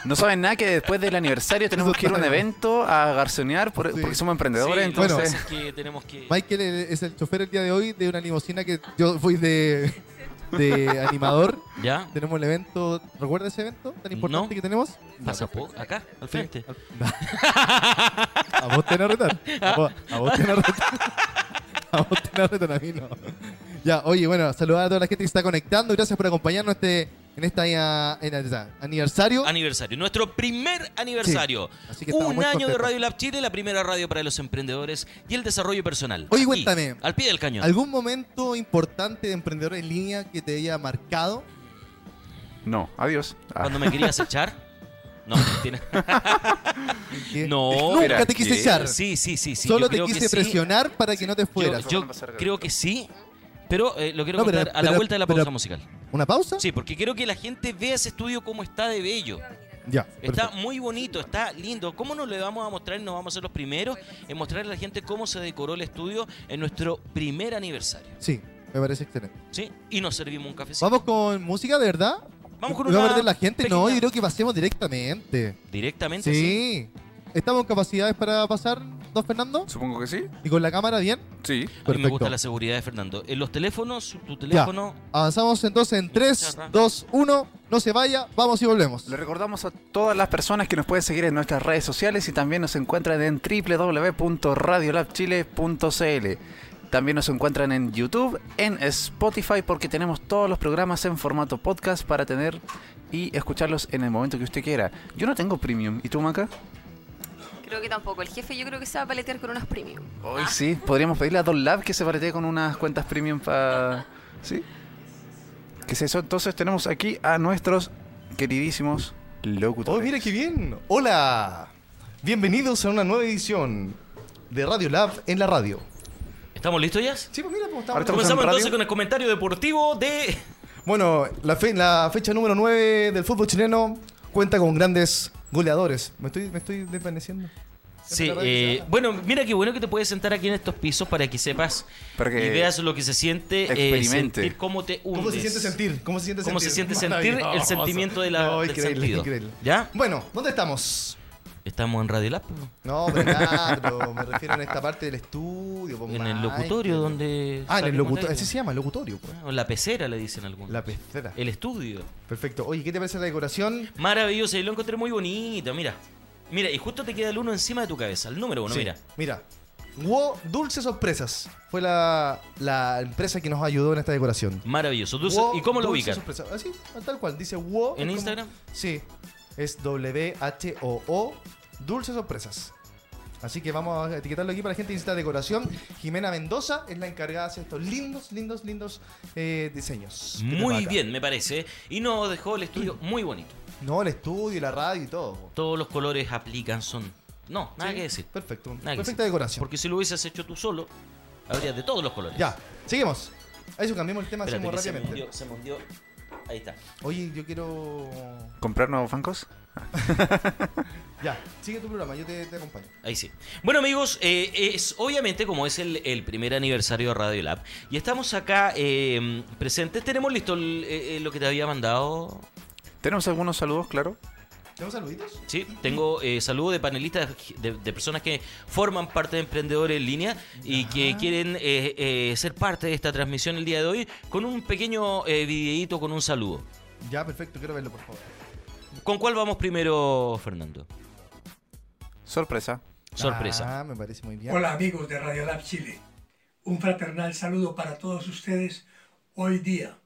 No saben nada que después del aniversario tenemos que ir a un evento a garzonear por- Sí. porque somos Sí, emprendedores, lo que entonces... pasa es que tenemos que... Michael es el chofer el día de hoy de una limusina que yo fui de, de animador. ¿Ya? Tenemos el evento. ¿Recuerda ese evento tan No. importante que tenemos? ¿Pasa po- acá, al frente? A vos te van a retar. A vos, a vos te van a retar. A vos te van a retar, a mí no. Ya, oye, bueno, saludar a toda la gente que está conectando. Gracias por acompañarnos este, en esta eh, en esta- aniversario. Aniversario, nuestro primer aniversario. Sí, así que estamos Un muy año de contentos. Radio Lab Chile, la primera radio para los emprendedores y el desarrollo personal. Oye, Aquí, cuéntame. al pie del cañón. ¿Algún momento importante de emprendedor en línea que te haya marcado? No, adiós. Ah, Cuando me querías echar. No, mentira. Que No. Nunca Mira, te quise que- echar. Sí, sí, sí, sí. Solo yo te creo que quise sí. presionar para que no te Yo, fueras. yo van a pasar creo que sí, pero eh, lo quiero No, pero- contar a la pero- vuelta de la pero- pausa musical. ¿Una pausa? Sí, porque quiero que la gente vea ese estudio como está de bello. Ya. Está perfecto. muy bonito, está lindo. ¿Cómo nos le vamos a mostrar y nos vamos a ser los primeros en mostrarle a la gente cómo se decoró el estudio en nuestro primer aniversario? Sí, me parece excelente. ¿Sí? Y nos servimos un cafecito. ¿Vamos con música de verdad? Vamos con ¿Me ¿Va a una perder la gente? No, pequeña- yo creo que pasemos directamente. Directamente, sí. Sí. ¿Estamos en capacidades para pasar, don Fernando? Supongo que sí. ¿Y con la cámara bien? A mí me Sí. gusta Perfecto. la seguridad de Fernando. En los teléfonos, tu teléfono... Avanzamos entonces en 3, Charra. 2, 1. No se vaya, vamos y volvemos. Le recordamos a todas las personas que nos pueden seguir en nuestras redes sociales y también nos encuentran en www.radiolabchile.cl. También nos encuentran en YouTube, en Spotify, porque tenemos todos los programas en formato podcast para tener y escucharlos en el momento que usted quiera. Yo no tengo premium. ¿Y tú, Maca? Creo que tampoco. El jefe yo creo que se va a paletear con unas premium. Hoy sí. Ah. Podríamos pedirle a Don Lab que se paretee con unas cuentas premium para... ¿Sí? ¿Qué es eso? Entonces tenemos aquí a nuestros queridísimos locutores. Oh, mira qué bien. Hola. Bienvenidos a una nueva edición de Radio Lab en la radio. ¿Estamos listos ya? Sí, pues mira cómo estamos. Ahora estamos en Comenzamos entonces radio. con el comentario deportivo de... Bueno, la, fe- la fecha número 9 del fútbol chileno cuenta con grandes goleadores. Me estoy, me estoy desvaneciendo. Sí, Siempre la radio eh, se habla. bueno, mira qué bueno que te puedes sentar aquí en estos pisos para que sepas Para que y veas lo que se siente, eh, experimente. sentir cómo te hundes. ¿Cómo se siente sentir? ¿Cómo se siente Cómo se sentir? siente sentir el Maravilloso. sentimiento de la, No, del increíble, sentido. increíble. ¿Ya? Bueno, ¿dónde estamos? Estamos en Radio Lab, po, No, Bernardo, me refiero en esta parte del estudio. pues, en el Michael. locutorio donde... Ah, en el salimos locutorio. al Ese se llama locutorio, pues. aire. O la pecera le dicen algunos. La pecera. El estudio. Perfecto. Oye, ¿qué te parece la decoración? Maravilloso, y lo encontré muy bonito, mira. Mira, y justo te queda el uno encima de tu cabeza, el número uno, Sí, mira. Mira. Wo Dulce Sorpresas fue la, la empresa que nos ayudó en esta decoración. Maravilloso. Dulce- Wo ¿Y cómo lo Dulce ubican? Sorpresas. Así, tal cual. Dice Wo. ¿En es como- Instagram? sí. Es W-H-O-O. Dulce Sorpresas. Así que vamos a etiquetarlo aquí para la gente que necesita decoración. Jimena Mendoza es la encargada de hacer estos lindos, lindos, lindos eh, diseños. ¿Qué te Muy pasa? bien, me parece. ¿eh? Y nos dejó el estudio muy bonito. No, el estudio y la radio y todo. po. Todos los colores aplican, son. No, nada Sí, que decir. Perfecto. Nada que Perfecta decir. decoración. Porque si lo hubieses hecho tú solo, habrías de todos los colores. Ya, seguimos. A eso cambiamos el tema Espérate, que hacemos se me rápidamente. hundió, se me hundió. Ahí está. Oye, yo quiero. ¿Comprar nuevos Funkos? Ya, sigue tu programa, yo te, te acompaño. Ahí sí. Bueno, amigos, eh, es obviamente como es el, el primer aniversario de Radio Lab y estamos acá eh, presentes. Tenemos listo el- eh, eh, lo que te había mandado. Tenemos algunos saludos, claro. ¿Tenemos saluditos? Sí, tengo eh, saludos de panelistas, de, de personas que forman parte de Emprendedores en Línea y que quieren eh, eh, ser parte de esta transmisión el día de hoy con un pequeño eh, videíto con un saludo. Ya, perfecto, quiero verlo, por favor. ¿Con cuál vamos primero, Fernando? Sorpresa. Sorpresa. Ah, me parece muy bien. Hola amigos de Radio Lab Chile. Un fraternal saludo para todos ustedes hoy día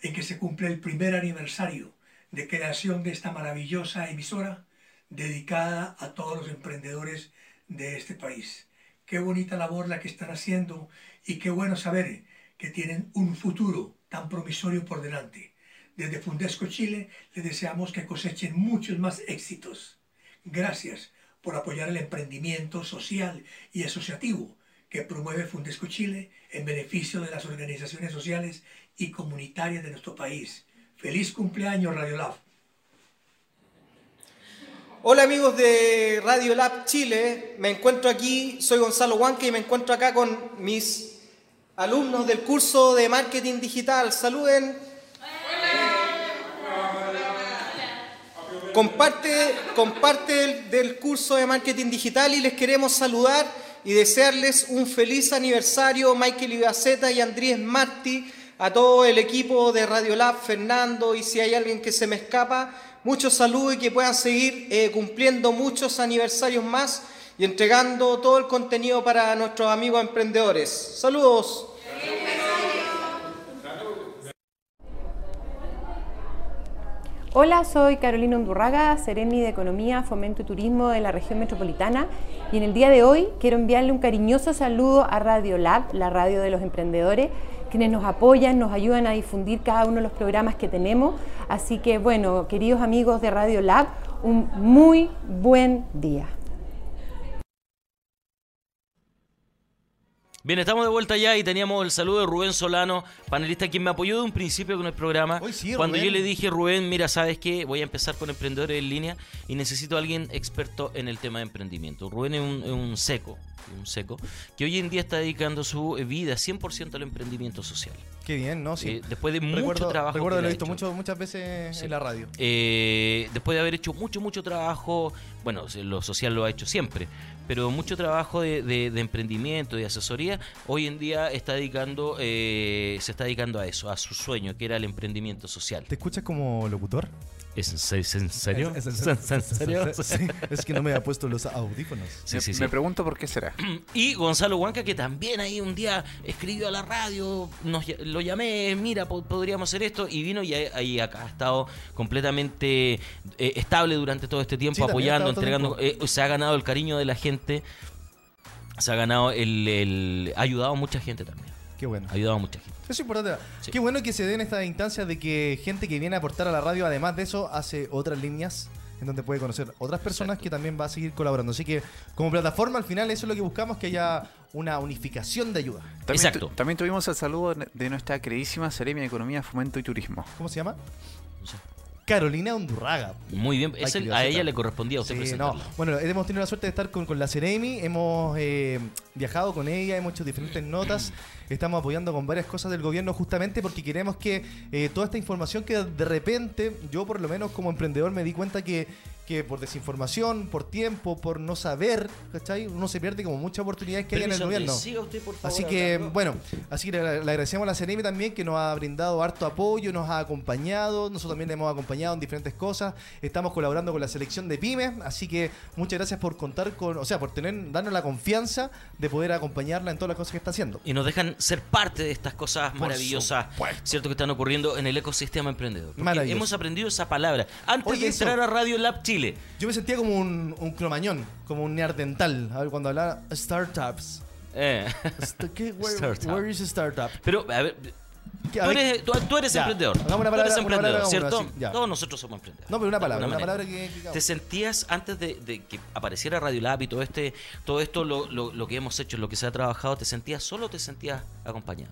en que se cumple el primer aniversario de creación de esta maravillosa emisora dedicada a todos los emprendedores de este país. Qué bonita labor la que están haciendo y qué bueno saber que tienen un futuro tan promisorio por delante. Desde Fundesco Chile les deseamos que cosechen muchos más éxitos. Gracias por apoyar el emprendimiento social y asociativo que promueve Fundesco Chile en beneficio de las organizaciones sociales y comunitarias de nuestro país. Feliz cumpleaños, Radio Lab. Hola amigos de Radio Lab Chile, me encuentro aquí, soy Gonzalo Huanca y me encuentro acá con mis alumnos del curso de marketing digital. Saluden. Comparte, comparte el- del curso de marketing digital y les queremos saludar y desearles un feliz aniversario, Michael Ibaceta y Andrés Martí, a todo el equipo de Radiolab, Fernando, y si hay alguien que se me escapa, muchos saludos y que puedan seguir eh, cumpliendo muchos aniversarios más y entregando todo el contenido para nuestros amigos emprendedores. Saludos. Hola, soy Carolina Undurraga, Seremi de Economía, Fomento y Turismo de la región metropolitana y en el día de hoy quiero enviarle un cariñoso saludo a Radio Lab, la radio de los emprendedores, quienes nos apoyan, nos ayudan a difundir cada uno de los programas que tenemos. Así que bueno, queridos amigos de Radio Lab, un muy buen día. Bien, estamos de vuelta ya y teníamos el saludo de Rubén Solano, panelista quien me apoyó de un principio con el programa. Hoy sí, Cuando yo Rubén. le dije, Rubén, mira, ¿sabes qué? Voy a empezar con emprendedores en línea y necesito a alguien experto en el tema de emprendimiento. Rubén es un, es un seco, un seco, que hoy en día está dedicando su vida 100% al emprendimiento social. Qué bien, ¿no? Eh, Sí. después de mucho recuerdo, trabajo. recuerdo que le lo he ha visto hecho. mucho- muchas veces Sí. en la radio. Eh, después de haber hecho mucho, mucho trabajo, bueno, lo social lo ha hecho siempre, pero mucho trabajo de, de- de emprendimiento, de asesoría, hoy en día está dedicando, eh, se está dedicando a eso, a su sueño, que era el emprendimiento social. ¿Te escuchas como locutor? ¿Es en, serio? Es, es- ¿Es en serio? Sí, es que no me había puesto los audífonos. Sí, me, sí, sí. me pregunto por qué será. Y Gonzalo Huanca, que también ahí un día escribió a la radio, nos, ll- lo llamé, mira, po- podríamos hacer esto, y vino y ahí, ahí acá ha estado completamente eh, estable durante todo este tiempo, Sí, también ha apoyando, estado todo el entregando, eh, se ha ganado el cariño de la gente, se ha ganado el, el- ha ayudado a mucha gente también, Qué bueno. ha ayudado a mucha gente. Eso es importante. Sí. Qué bueno que se den estas instancias de que gente que viene a aportar a la radio, además de eso, hace otras líneas en donde puede conocer otras personas que también va a seguir colaborando. Así que como plataforma, al final eso es lo que buscamos, que haya una unificación de ayuda. También tu- Exacto. también tuvimos el saludo de nuestra queridísima Seremi de Economía, Fomento y Turismo. ¿Cómo se llama? No sé. Carolina Undurraga. Muy bien, es el- a Bachelet, ella sí, le correspondía a usted Sí, presentarla. no. Bueno, hemos tenido la suerte de estar con, con la Ceremi, hemos eh, viajado con ella, hemos hecho diferentes notas, estamos apoyando con varias cosas del gobierno justamente porque queremos que eh, toda esta información que de repente yo por lo menos como emprendedor me di cuenta que, que por desinformación, por tiempo, por no saber, ¿cachai? Uno se pierde como muchas oportunidades que hay en el Permiso, gobierno. siga usted, por favor, Así que, hablando. bueno, así que le, le agradecemos a la CNM también que nos ha brindado harto apoyo, nos ha acompañado, nosotros también le hemos acompañado en diferentes cosas, estamos colaborando con la selección de pymes, así que muchas gracias por contar con, o sea, por tener, darnos la confianza de poder acompañarla en todas las cosas que está haciendo. Y nos dejan ser parte de estas cosas maravillosas, ¿cierto? Que están ocurriendo en el ecosistema emprendedor. Porque Maravilloso. hemos aprendido esa palabra. Antes Oye, de eso. entrar a Radio Lab Chile. Yo me sentía como un, un cromañón, como un neardental. A ver, cuando hablaba startups. Eh. St- ¿qué? Where, Startup. where is startup? Pero, a ver, tú a ver- eres, tú- tú eres Ya. emprendedor. Hagamos Tú una palabra- eres una emprendedor, palabra, ¿cierto? una- sí, ya. Todos nosotros somos emprendedores. No, pero una palabra, De alguna una manera. palabra que- que- ¿Te sentías antes de, de que apareciera Radiolab y todo, este, todo esto, lo, lo- lo que hemos hecho, lo que se ha trabajado, ¿te sentías solo o te sentías acompañado?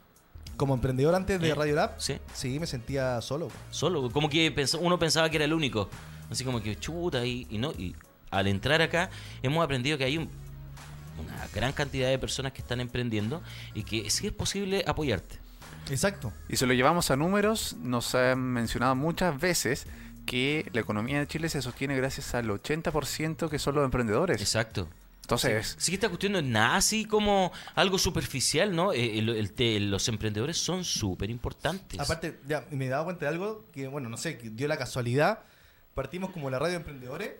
Como emprendedor antes de Eh, Radio Lab, sí. me sentía solo. Solo, como que pens- uno pensaba que era el único. Así como que chuta y, y no. Y al entrar acá hemos aprendido que hay un- una gran cantidad de personas que están emprendiendo y que sí es posible apoyarte. Exacto. Y se lo llevamos a números, nos han mencionado muchas veces que la economía de Chile se sostiene gracias al 80% que son los emprendedores. Exacto. Entonces, Sí, que esta cuestión no es nada así como algo superficial, ¿no? Eh, el- el te- los emprendedores son súper importantes. Aparte, ya me he dado cuenta de algo que, bueno, no sé, que dio la casualidad. Partimos como la radio de emprendedores.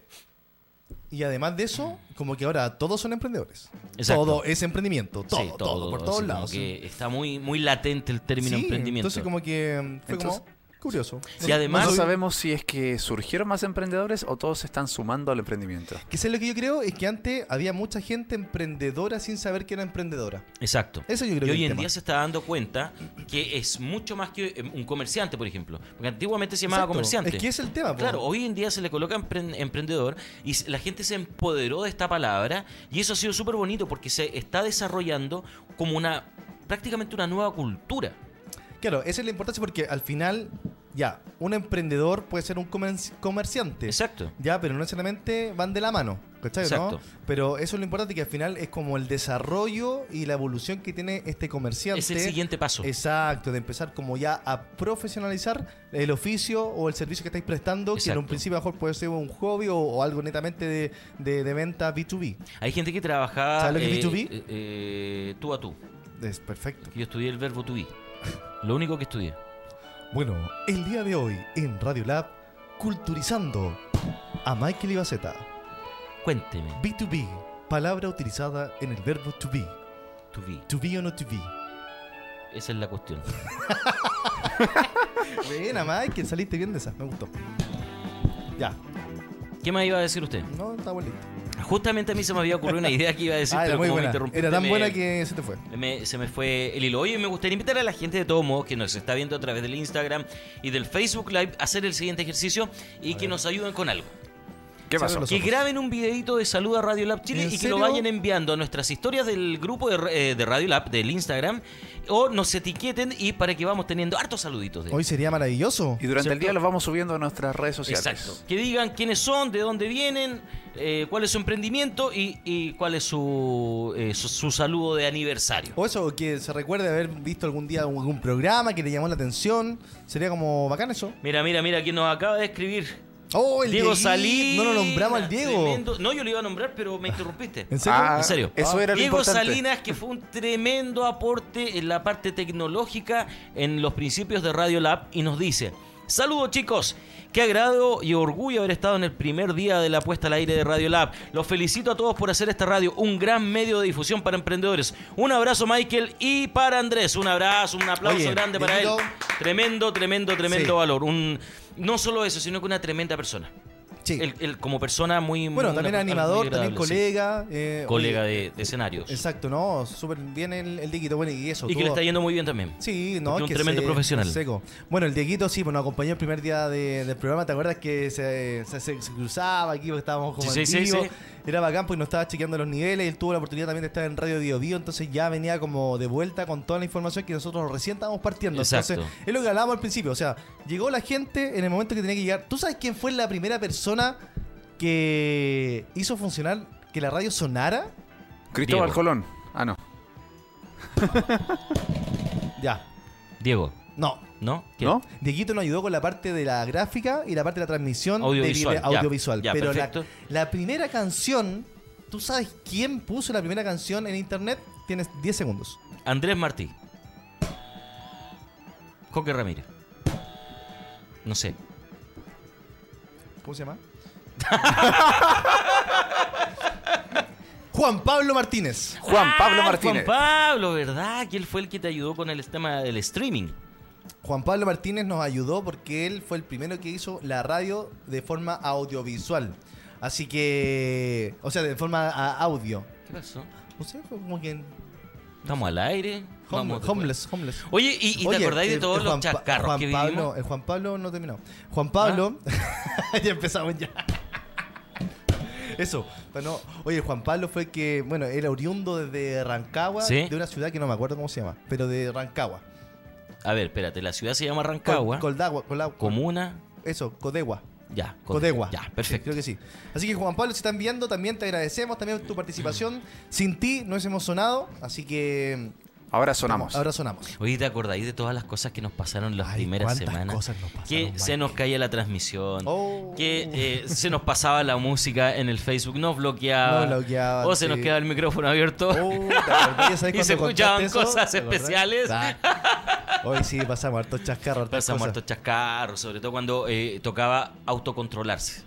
Y además de eso, como que ahora todos son emprendedores. Exacto. Todo es emprendimiento. Todo, Sí, todo, por todos así como lados. que está muy, muy latente el término Sí, emprendimiento. Entonces, como que mm, fue Entonces- como curioso. Y además- no sabemos si es que surgieron más emprendedores o todos se están sumando al emprendimiento. Que sé lo que yo creo es que antes había mucha gente emprendedora sin saber que era emprendedora. Exacto. Eso yo creo y que es hoy el en tema. día se está dando cuenta que es mucho más que eh, un comerciante, por ejemplo. Porque antiguamente se llamaba Exacto. comerciante. Es que es el tema, po. Claro, hoy en día se le coloca empren- emprendedor y s- la gente se empoderó de esta palabra y eso ha sido súper bonito porque se está desarrollando como una prácticamente una nueva cultura. Claro, esa es la importancia porque al final, ya, un emprendedor puede ser un comerci- comerciante. Exacto. Ya, pero no necesariamente van de la mano. ¿Cachai? no? Exacto. Pero eso es lo importante que al final es como el desarrollo y la evolución que tiene este comerciante. Es el siguiente paso. Exacto, de empezar como ya a profesionalizar el oficio o el servicio que estáis prestando, que en un Exacto. principio a lo mejor puede ser un hobby o, o algo netamente de, de- de venta B2B. Hay gente que trabajaba ¿Sabes lo que es eh, B2B? eh, eh, tú a tú. Es perfecto. Yo estudié el verbo to be. Lo único que estudié. Bueno, el día de hoy en Radio Lab, culturizando a Michael Ibaceta. Cuénteme. B2B, palabra utilizada en el verbo to be. To be. To be o no to be. Esa es la cuestión. Buena, Michael, saliste bien de esa, me gustó. Ya, ¿Qué me iba a decir usted? no, está bueno. Justamente a mí se me había ocurrido una idea que iba a decir, Ah, era pero muy como me buena. interrumpiste, Era tan me- buena que se te fue. me- se me fue el hilo. Oye, me gustaría invitar a la gente de todos modos que nos está viendo a través del Instagram y del Facebook Live a hacer el siguiente ejercicio y que nos ayuden con algo. ¿Qué pasó? los Que ojos. graben un videito de saludo a Radio Lab Chile ¿En y que serio? lo vayan enviando a nuestras historias del grupo de, eh, de Radio Lab, del Instagram, o nos etiqueten y para que vamos teniendo hartos saluditos de Hoy sería maravilloso. Y durante el ¿Cierto? día los vamos subiendo a nuestras redes sociales. Exacto. Que digan quiénes son, de dónde vienen, eh, cuál es su emprendimiento y, y cuál es su, eh, su, su saludo de aniversario. O eso, que se recuerde haber visto algún día algún programa que le llamó la atención. Sería como bacán eso. Mira, mira, mira, quien nos acaba de escribir. Oh, el Diego Dieguín. Salinas. No lo nombramos al Diego. tremendo- No, yo lo iba a nombrar, pero me interrumpiste. ¿En serio? Ah, En serio. Eso era lo Diego importante. Salinas, que fue un tremendo aporte en la parte tecnológica, en los principios de Radio Lab, y nos dice: Saludos, chicos. Qué agrado y orgullo haber estado en el primer día de la puesta al aire de Radio Lab. Los felicito a todos por hacer esta radio un gran medio de difusión para emprendedores. Un abrazo, Michael, y para Andrés. Un abrazo, un aplauso Oye, grande para Dieguito. él. Tremendo, tremendo, tremendo Sí. valor. Un, no solo eso, sino que una tremenda persona. Sí. Él- él como persona muy... Bueno, muy- también una- animador, muy también agradable, sí. colega. eh, Colega oye, de, de escenarios. Exacto, no, súper bien el, el Dieguito. Bueno, y eso. Y que le tuvo- está yendo muy bien también. Sí, no, Porque un que tremendo se- profesional. Seco. Bueno, el Dieguito sí, pues nos acompañó el primer día de- del programa. ¿Te acuerdas que se, se- se- se cruzaba aquí? Porque estábamos como Sí, en sí, sí, vivo. sí. Era bacán, pues nos estaba chequeando los niveles. Él tuvo la oportunidad también de estar en Radio Bio Bio. Entonces ya venía como de vuelta con toda la información que nosotros recién estábamos partiendo. Exacto. Entonces, es lo que hablábamos al principio. O sea, llegó la gente en el momento que tenía que llegar. ¿Tú sabes quién fue la primera persona que hizo funcionar que la radio sonara? Cristóbal Diego. Colón. Ah, no. Ya. Diego, No, ¿no? ¿Quién? ¿No? Dieguito nos ayudó con la parte de la gráfica y la parte de la transmisión de Audiovisual, video- ya, audiovisual. ya, pero la, perfecto. la primera canción, ¿tú sabes quién puso la primera canción en internet? Tienes 10 segundos. Andrés Martí. Coque Ramírez. No sé. ¿Cómo se llama? Juan Pablo Martínez. Juan Pablo Ah, Martínez. Juan Pablo, ¿verdad? Que él fue el que te ayudó con el tema del streaming. Juan Pablo Martínez nos ayudó porque él fue el primero que hizo la radio de forma audiovisual. Así que, o sea, de forma a- audio. ¿Qué pasó? O sea, fue como que Estamos al aire. Home- Vamos, homeless, homeless. Oye, ¿y, y te Oye, acordáis de el- todos el los Juan Pa- chascarros Juan que vivimos? ¿Ah? Pablo, El Juan Pablo no terminó. Juan Pablo. ya empezamos ya. Eso. Bueno, oye, Juan Pablo fue el que, bueno, era oriundo desde Rancagua, Sí. de una ciudad que no me acuerdo cómo se llama, pero de Rancagua. A ver, espérate, la ciudad se llama eh. Col- Rancagua. Coldagua, Colagua. Comuna. Eso, Codegua. Ya, Codegua. Ya, perfecto. Creo que sí. Así que Juan Pablo, si están viendo, también te agradecemos también tu participación. Sin ti no hemos sonado, así que Ahora sonamos. ahora sonamos. Oye, ¿te acordáis de todas las cosas que nos pasaron las primeras cuántas semanas? cosas nos que se nos caía la transmisión, Oh. que eh, se nos pasaba la música en el Facebook, nos bloqueaba, Nos bloqueaban, o se nos sí. Oh, quedaba el micrófono abierto ¿Sabes y cuándo se contaste escuchaban eso? cosas ¿Te acordás? especiales. Hoy sí, pasamos hartos chascarros. hartas Pasamos cosas. hartos chascarros, sobre todo cuando eh, tocaba autocontrolarse,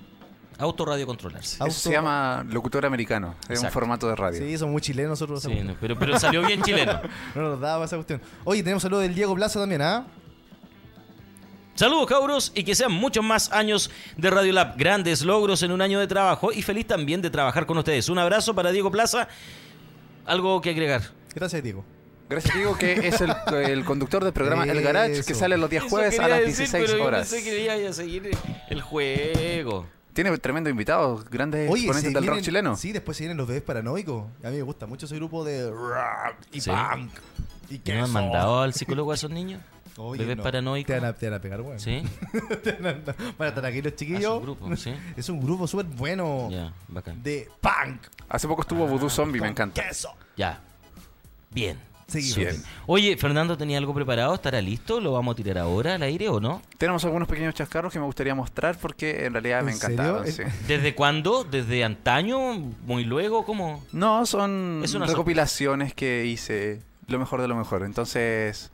Ah, autoradiocontrolarse. Eso se llama locutor americano. Es un Exacto. formato de radio. Sí, somos muy chilenos nosotros. Sí, no, pero- pero salió bien chileno. no nos daba esa cuestión. Oye, tenemos saludos del Diego Plaza también, ¿ah? Saludos, cabros, y que sean muchos más años de Radio Lab. Grandes logros en un año de trabajo y feliz también de trabajar con ustedes. Un abrazo para Diego Plaza. Algo que agregar. Gracias, Diego. Gracias, Diego, que es el, el conductor del programa El Garage, que Eso. sale los días Eso Este jueves a quería las decir, 16 pero yo horas. pensé que iba a seguir el juego. Tiene tremendo invitado, grandes Oye, exponentes se Eh, del rock vienen- chileno. Sí, después se vienen los bebés paranoicos. A mí me gusta mucho ese grupo de rock y Sí. punk. ¿Y ¿Que no han son? mandado al psicólogo a esos niños? Oye, Bebé no. paranoico. Te van a, te van a pegar, weón. Sí. Ah, Te van a- van a estar aquí los chiquillos. Es un grupo, sí. Es un grupo súper bueno Ya, bacán. de punk. Ah, Hace poco estuvo Voodoo Zombie, me encanta. Eso. Ya. Bien. Seguimos. Súper. Oye, Fernando tenía algo preparado, ¿estará listo? ¿Lo vamos a tirar ahora al aire o no? Tenemos algunos pequeños chascarros que me gustaría mostrar porque en realidad me ¿En serio? encantaron. ¿En- sí. ¿Desde cuándo? ¿Desde antaño? ¿Muy luego? ¿Cómo? No, son Es una recopilaciones que hice. Lo mejor de lo mejor. Entonces.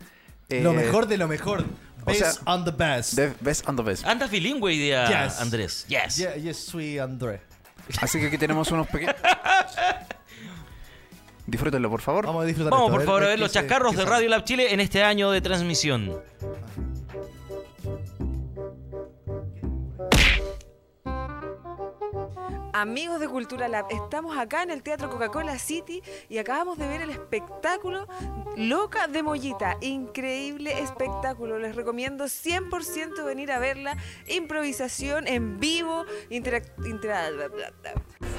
eh, Lo mejor de lo mejor. o sea, Based on the best. the eh, best on the best. Andas bilingüe hoy día, Yes. Andrés. Yes. Yeah, yes, soy André. Así que aquí tenemos unos pequeños. Disfrútenlo, por favor. Vamos a disfrutar Vamos, esto, eh. por favor, a qué ver los se- chascarros qué de sale. Radio Lab Chile en este año de transmisión. Amigos de Cultura Lab, estamos acá en el Teatro Coca-Cola City y acabamos de ver el espectáculo Loca de Mollita. Increíble espectáculo. Les recomiendo 100% venir a verla. Improvisación en vivo. interac- intera- bla, bla, bla.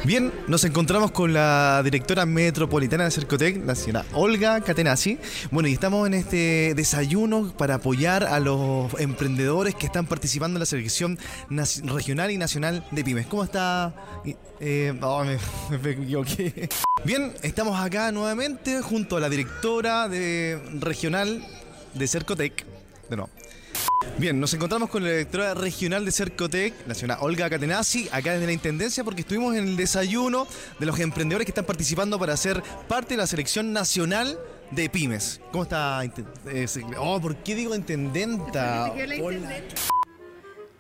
Bien, nos encontramos con la directora metropolitana de Cercotec, la señora Olga Catenazzi. Bueno, y estamos en este desayuno para apoyar a los emprendedores que están participando en la selección nac- regional y nacional de pymes. ¿Cómo está? Y- eh, oh, me, me equivoqué. Bien, estamos acá nuevamente junto a la directora de regional de Cercotec. De nuevo. Bien, nos encontramos con la directora regional de Cercotec, la señora Olga Catenazzi, acá desde la Intendencia, porque estuvimos en el desayuno de los emprendedores que están participando para ser parte de la selección nacional de pymes. ¿Cómo está? Inten- eh, se- Oh, ¿por qué digo intendenta?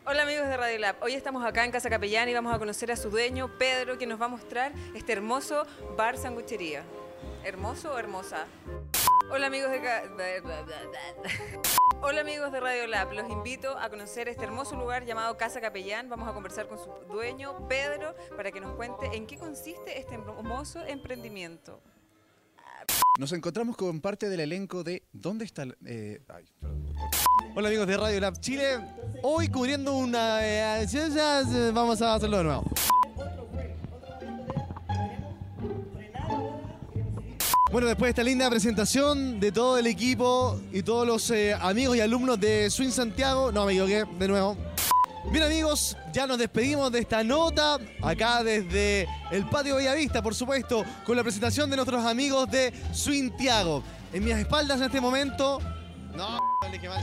Hola amigos de Radio Lab, hoy estamos acá en Casa Capellán y vamos a conocer a su dueño, Pedro, que nos va a mostrar este hermoso bar sanguchería. ¿Hermoso o hermosa? Hola amigos de... ca- Hola amigos de Radio Lab, los invito a conocer este hermoso lugar llamado Casa Capellán. Vamos a conversar con su dueño, Pedro, para que nos cuente en qué consiste este hermoso emprendimiento. Nos encontramos con parte del elenco de ¿Dónde está el- eh, ay, perdón. Hola amigos de Radio Lab Chile, hoy cubriendo una... eh, ya- ya, eh, vamos a hacerlo de nuevo. Bueno, después de esta linda presentación de todo el equipo y todos los eh, amigos y alumnos de Swing Santiago, no me equivoqué, de nuevo. Bien amigos, ya nos despedimos de esta nota acá desde el patio Bellavista, por supuesto, con la presentación de nuestros amigos de Swing Tiago. En mis espaldas en este momento... No, dale, que mal.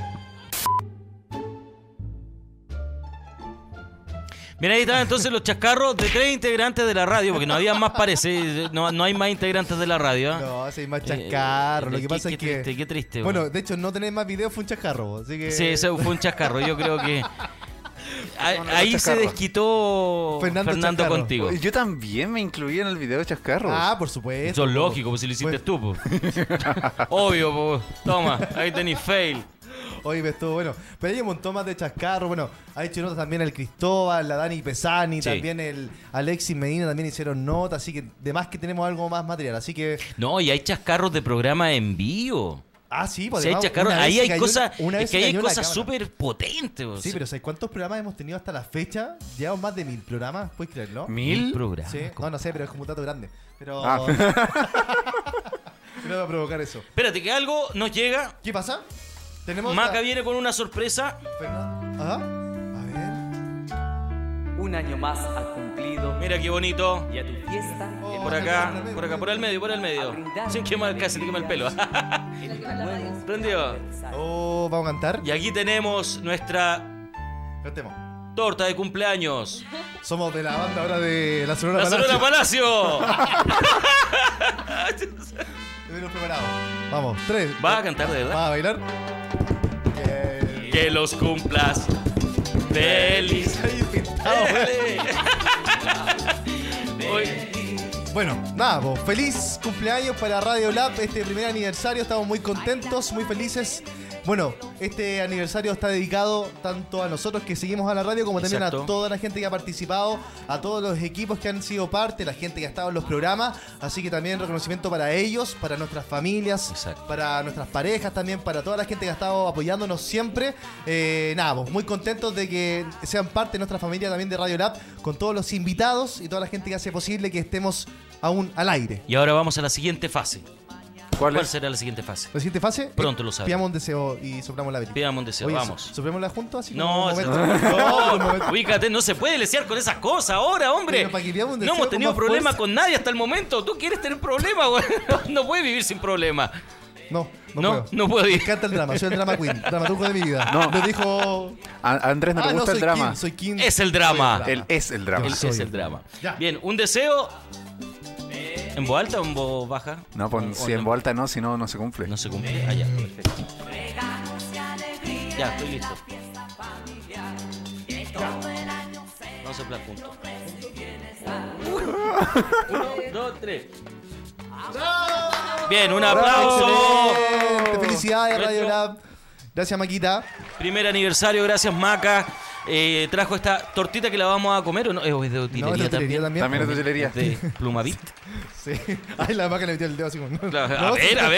Mira, ahí estaban entonces los chascarros de tres integrantes de la radio, porque no había más, parece. No, no hay más integrantes de la radio. ¿ah? No, eh, sí, más chascarro. Lo qué- que pasa qué es que. triste, qué triste, Bueno, eh, weón. de hecho, no tener más videos fue un chascarro. Así que. Sí, ese fue un chascarro. Yo creo que. a- Son los ahí se chascarros. desquitó Fernando, Fernando Chascarro. contigo. Yo también me incluí en el video de Chascarros. Ah, por supuesto. Eso es lógico, pues si lo hiciste tú, pues. Obvio, pues. Toma, ahí tenés fail. Hoy me estuvo bueno. Pero hay un montón más de chascarro. Bueno, ha hecho notas también el Cristóbal, la Dani Pesani, Sí. también el Alexis Medina también hicieron notas. Así que, de más que tenemos algo más material. Así que, No, y hay chascarros de programa en vivo. ah, sí, Sí, hay además, chascarros. una Ahí vez hay cayó- cosas, una vez es que ahí hay cayó la cosas cámara. súper potentes. o Sí, sea. pero ¿sabes cuántos programas hemos tenido hasta la fecha? Llevamos más de mil programas, ¿puedes creerlo? ¿Mil? ¿Mil programas? Sí, no, no sé, pero es como un dato grande. Pero. Ah. no va a provocar eso. Espérate, que algo nos llega. ¿Qué pasa? Tenemos Maca la- viene con una sorpresa. Ajá. Un año más has cumplido. Mira qué bonito. Y a tu fiesta. Oh, Por acá, Oh. por acá, por el medio, por el medio. Sin quemar, casi te quema el pelo. Rendido. Oh, vamos a cantar. Y aquí tenemos nuestra Cantemos. torta de cumpleaños. Somos de la banda ahora de la Sonora La Palacio. Sonora Palacio. Estuvimos preparados. Vamos, tres. ¿Vas a cantar de verdad? ¿Vas a bailar? Que los cumplas. Feliz. Bueno, nada, pues, feliz cumpleaños para Radio Lab, este primer aniversario, estamos muy contentos, muy felices. Bueno, este aniversario está dedicado tanto a nosotros que seguimos a la radio como también Exacto. a toda la gente que ha participado, a todos los equipos que han sido parte, la gente que ha estado en los programas, así que también reconocimiento para ellos, para nuestras familias, para nuestras parejas también, para toda la gente que ha estado apoyándonos siempre. Eh, nada, pues, muy contentos de que sean parte de nuestra familia también de Radio Lab, con todos los invitados y toda la gente que hace posible que estemos aún al aire. Y ahora vamos a la siguiente fase. ¿Cuál, será la siguiente fase? La siguiente fase. Eh, Pronto lo sabremos. Pidamos un deseo y soplamos la velita. Pidamos un deseo, Oye, vamos. so- Soplémosla juntos así como No, un se- momento. No, por un momento. no, ubícate, no se puede lesear con esas cosas ahora, hombre. Pero para que veamos un No deseo hemos con tenido más problemas fuerza. con nadie hasta el momento. Tú quieres tener problemas, güey. No puedes vivir sin problemas. No, no, No, puedo. no puedo ir. Me encanta el drama, soy el drama queen, dramaturgo de mi vida. No. Lo dijo. A Andrés no Ah, le no, gusta soy el drama. Kim, soy Kim. Es el drama. Él es el drama. Él es el drama. Bien, un deseo. ¿En voz alta o en voz baja? No, pon- O- o si en vuelta no, si no, no se cumple. No se cumple. Ah, ya, perfecto. Ya, estoy listo. Vamos a soplar juntos. Uno, dos, tres. Bien, un aplauso. Excelente, Felicidades, Radio Nuestro- Lab. Gracias, Maquita. Primer aniversario, gracias Maca. Eh, trajo esta tortita que la vamos a comer o no? Eh, o es de utilería, No, es de utilería también. También es de utilería. De este plumavit. Sí. Ay, la vaca le metió el dedo así como. Claro, a No, ver, sí. a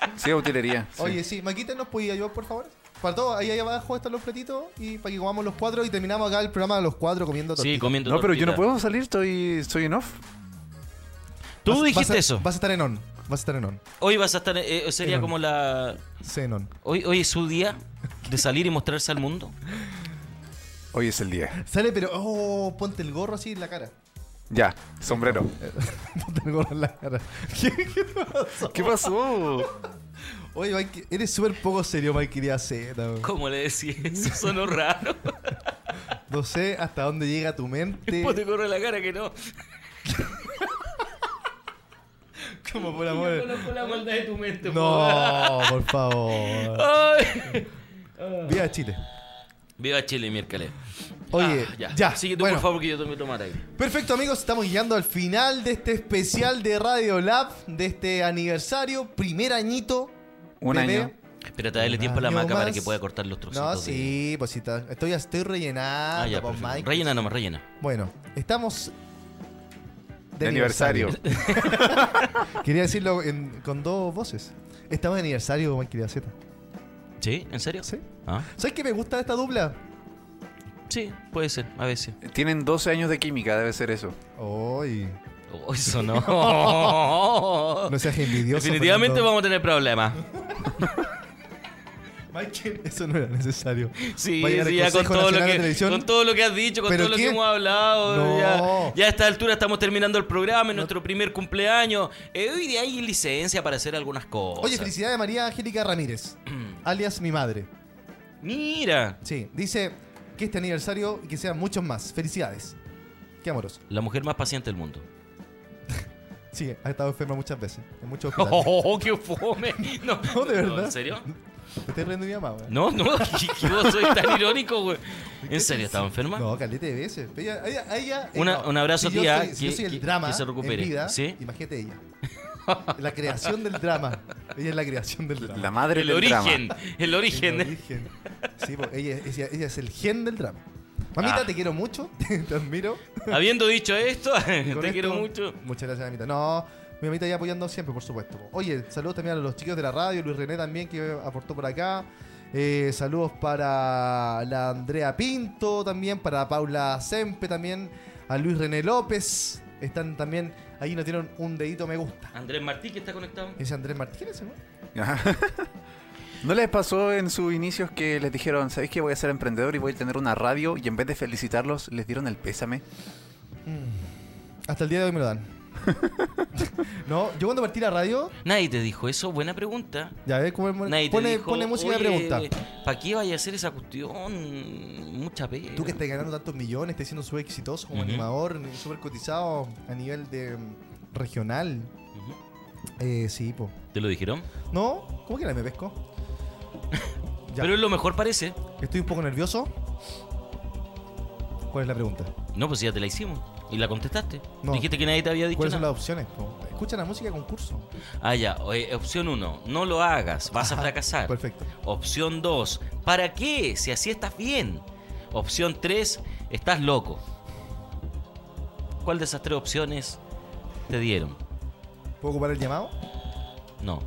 ver. Sí, utilería. sí. Oye, sí, Maquita, ¿nos podía ayudar, por favor? Para todos, ahí, ahí abajo están los platitos y para que comamos los cuatro y terminamos acá el programa de los cuatro comiendo tortita. No, pero yo no puedo salir, estoy, estoy en off. Tú Vas- vas dijiste a- eso. Vas a estar en on. Vas a estar en on. Hoy vas a estar, eh, sería Zenon. como la... Zenon. Hoy, hoy es su día de salir y mostrarse al mundo. Hoy es el día. Sale, pero. Oh, ponte el gorro así en la cara. Ya, sombrero. Ponte el gorro en la cara. ¿Qué, qué pasó? ¿Qué pasó? Oye, Mike, eres súper poco serio, Mike, día Z. weón. ¿Cómo le decís? Eso sonó raro. No sé hasta dónde llega tu mente. Vos te corre la cara que no. Como por amor. Yo conozco la maldad de tu mente. No, por favor. Ay. Viva Chile. Viva Chile, miércoles. Oye, Ah, ya. Sigue tú, Bueno. por favor, que yo tengo que tomar ahí. Perfecto amigos, estamos llegando al final de este especial de Radio Lab, de este aniversario, primer añito. Un bebé. año. Espérate, dale tiempo a la año maca para más. que pueda cortar los trocitos. No, de- sí, pues sí, está- estoy, estoy rellenando, Ah, ya, pues, perfecto. Mike. Rellena nomás, rellena. Bueno, estamos De aniversario. Quería decirlo en- con dos voces. Estamos de aniversario, Mike de Z. ¿Sí? ¿En serio? Sí. Ah, ¿Sabes qué me gusta de esta dupla? sí, puede ser, a veces. Tienen 12 años de química, debe ser eso. Hoy. Oh, eso no. No seas envidioso. Oh, Definitivamente Fernando. vamos a tener problemas. Michael, eso no era necesario. Sí, Va a llegar sí, el ya con Consejo todo, lo Nacional de que, Televisión. con todo lo que has dicho, con ¿Pero todo lo que qué? hemos hablado. No. Ya, ya a esta altura estamos terminando el programa, es nuestro primer cumpleaños. Eh, hoy de ahí hay licencia para hacer algunas cosas. Oye, felicidades María Angélica Ramírez, alias mi madre. Mira. Sí, dice que este aniversario y que sean muchos más. Felicidades. Qué amoroso. La mujer más paciente del mundo. Sí, ha estado enferma muchas veces. En muchos hospitales. ¡Oh, qué fome! No, No, de verdad. ¿En serio? ¿Te estás riendo de mi mamá, weón? No, no, que, que vos sois tan irónico, güey. ¿En serio estaba enferma? No, calete de veces. Ella, ella- ella- eh, Una- no. un abrazo, Si yo tía, soy- si yo que- soy el que- drama que se recupere. en vida, ¿Sí? imagínate ella. La creación del drama. Ella es la creación del drama. La madre El del origen, drama. el origen. El origen. Sí, pues, ella, ella- ella es el gen del drama. Mamita, Ah. te quiero mucho, te, te admiro. Habiendo dicho esto, te Con quiero esto, mucho. Muchas gracias, mamita. No, mi mamita ya apoyando siempre, por supuesto. Oye, saludos también a los chicos de la radio, Luis René también, que aportó por acá. Eh, saludos para la Andrea Pinto también, para Paula Sempe también, a Luis René López. Están también, ahí nos dieron un dedito me gusta. Andrés Martí, que está conectado. Ese Andrés Martínez, ¿no? Ajá. ¿No les pasó en sus inicios que les dijeron, ¿sabéis que voy a ser emprendedor y voy a tener una radio? Y en vez de felicitarlos, les dieron el pésame. Hasta el día de hoy me lo dan. no, yo cuando partí la radio, Nadie te dijo eso, buena pregunta. ya ves cómo Nadie pone, te pone, dijo, música de "Oye, este, pregunta. ¿Para qué vaya a hacer esa cuestión? Mucha pena. Tú que estás ganando tantos millones, estás siendo súper exitoso como Ujú. animador, súper cotizado a nivel de mm, regional. Eh, sí, po. ¿Te lo dijeron? No, ¿cómo que la me pesco? Ya. Pero es lo mejor parece. Estoy un poco nervioso. ¿Cuál es la pregunta? No, pues ya te la hicimos. Y la contestaste. No. Dijiste que nadie te había dicho ¿Cuáles son nada. las opciones? po? Escucha la música de concurso. Ah, ya. Eh, opción 1, no lo hagas, vas a fracasar. Perfecto. Opción 2, ¿para qué? Si así estás bien. Opción 3, estás loco. ¿Cuál de esas tres opciones te dieron? ¿Puedo ocupar el llamado? No,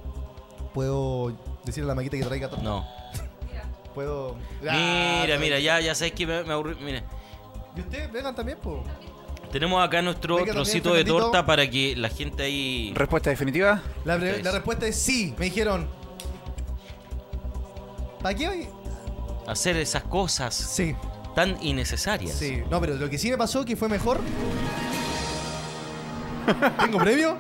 ¿Puedo decirle a la maquita que traiga todo? no. ¿Puedo...? Ah, Mira, mira, ya, ya sabes que me, me aburrí. Mira, ¿Y ustedes vengan también, po? tenemos acá nuestro Venga también, trocito de Fernandito. torta para que la gente ahí. ¿Respuesta definitiva? La, ¿Qué re- es? la respuesta es sí. Me dijeron... ¿Para qué hoy? Hacer esas cosas tan innecesarias. Sí, no, pero lo que sí me pasó que fue mejor. ¿Tengo premio?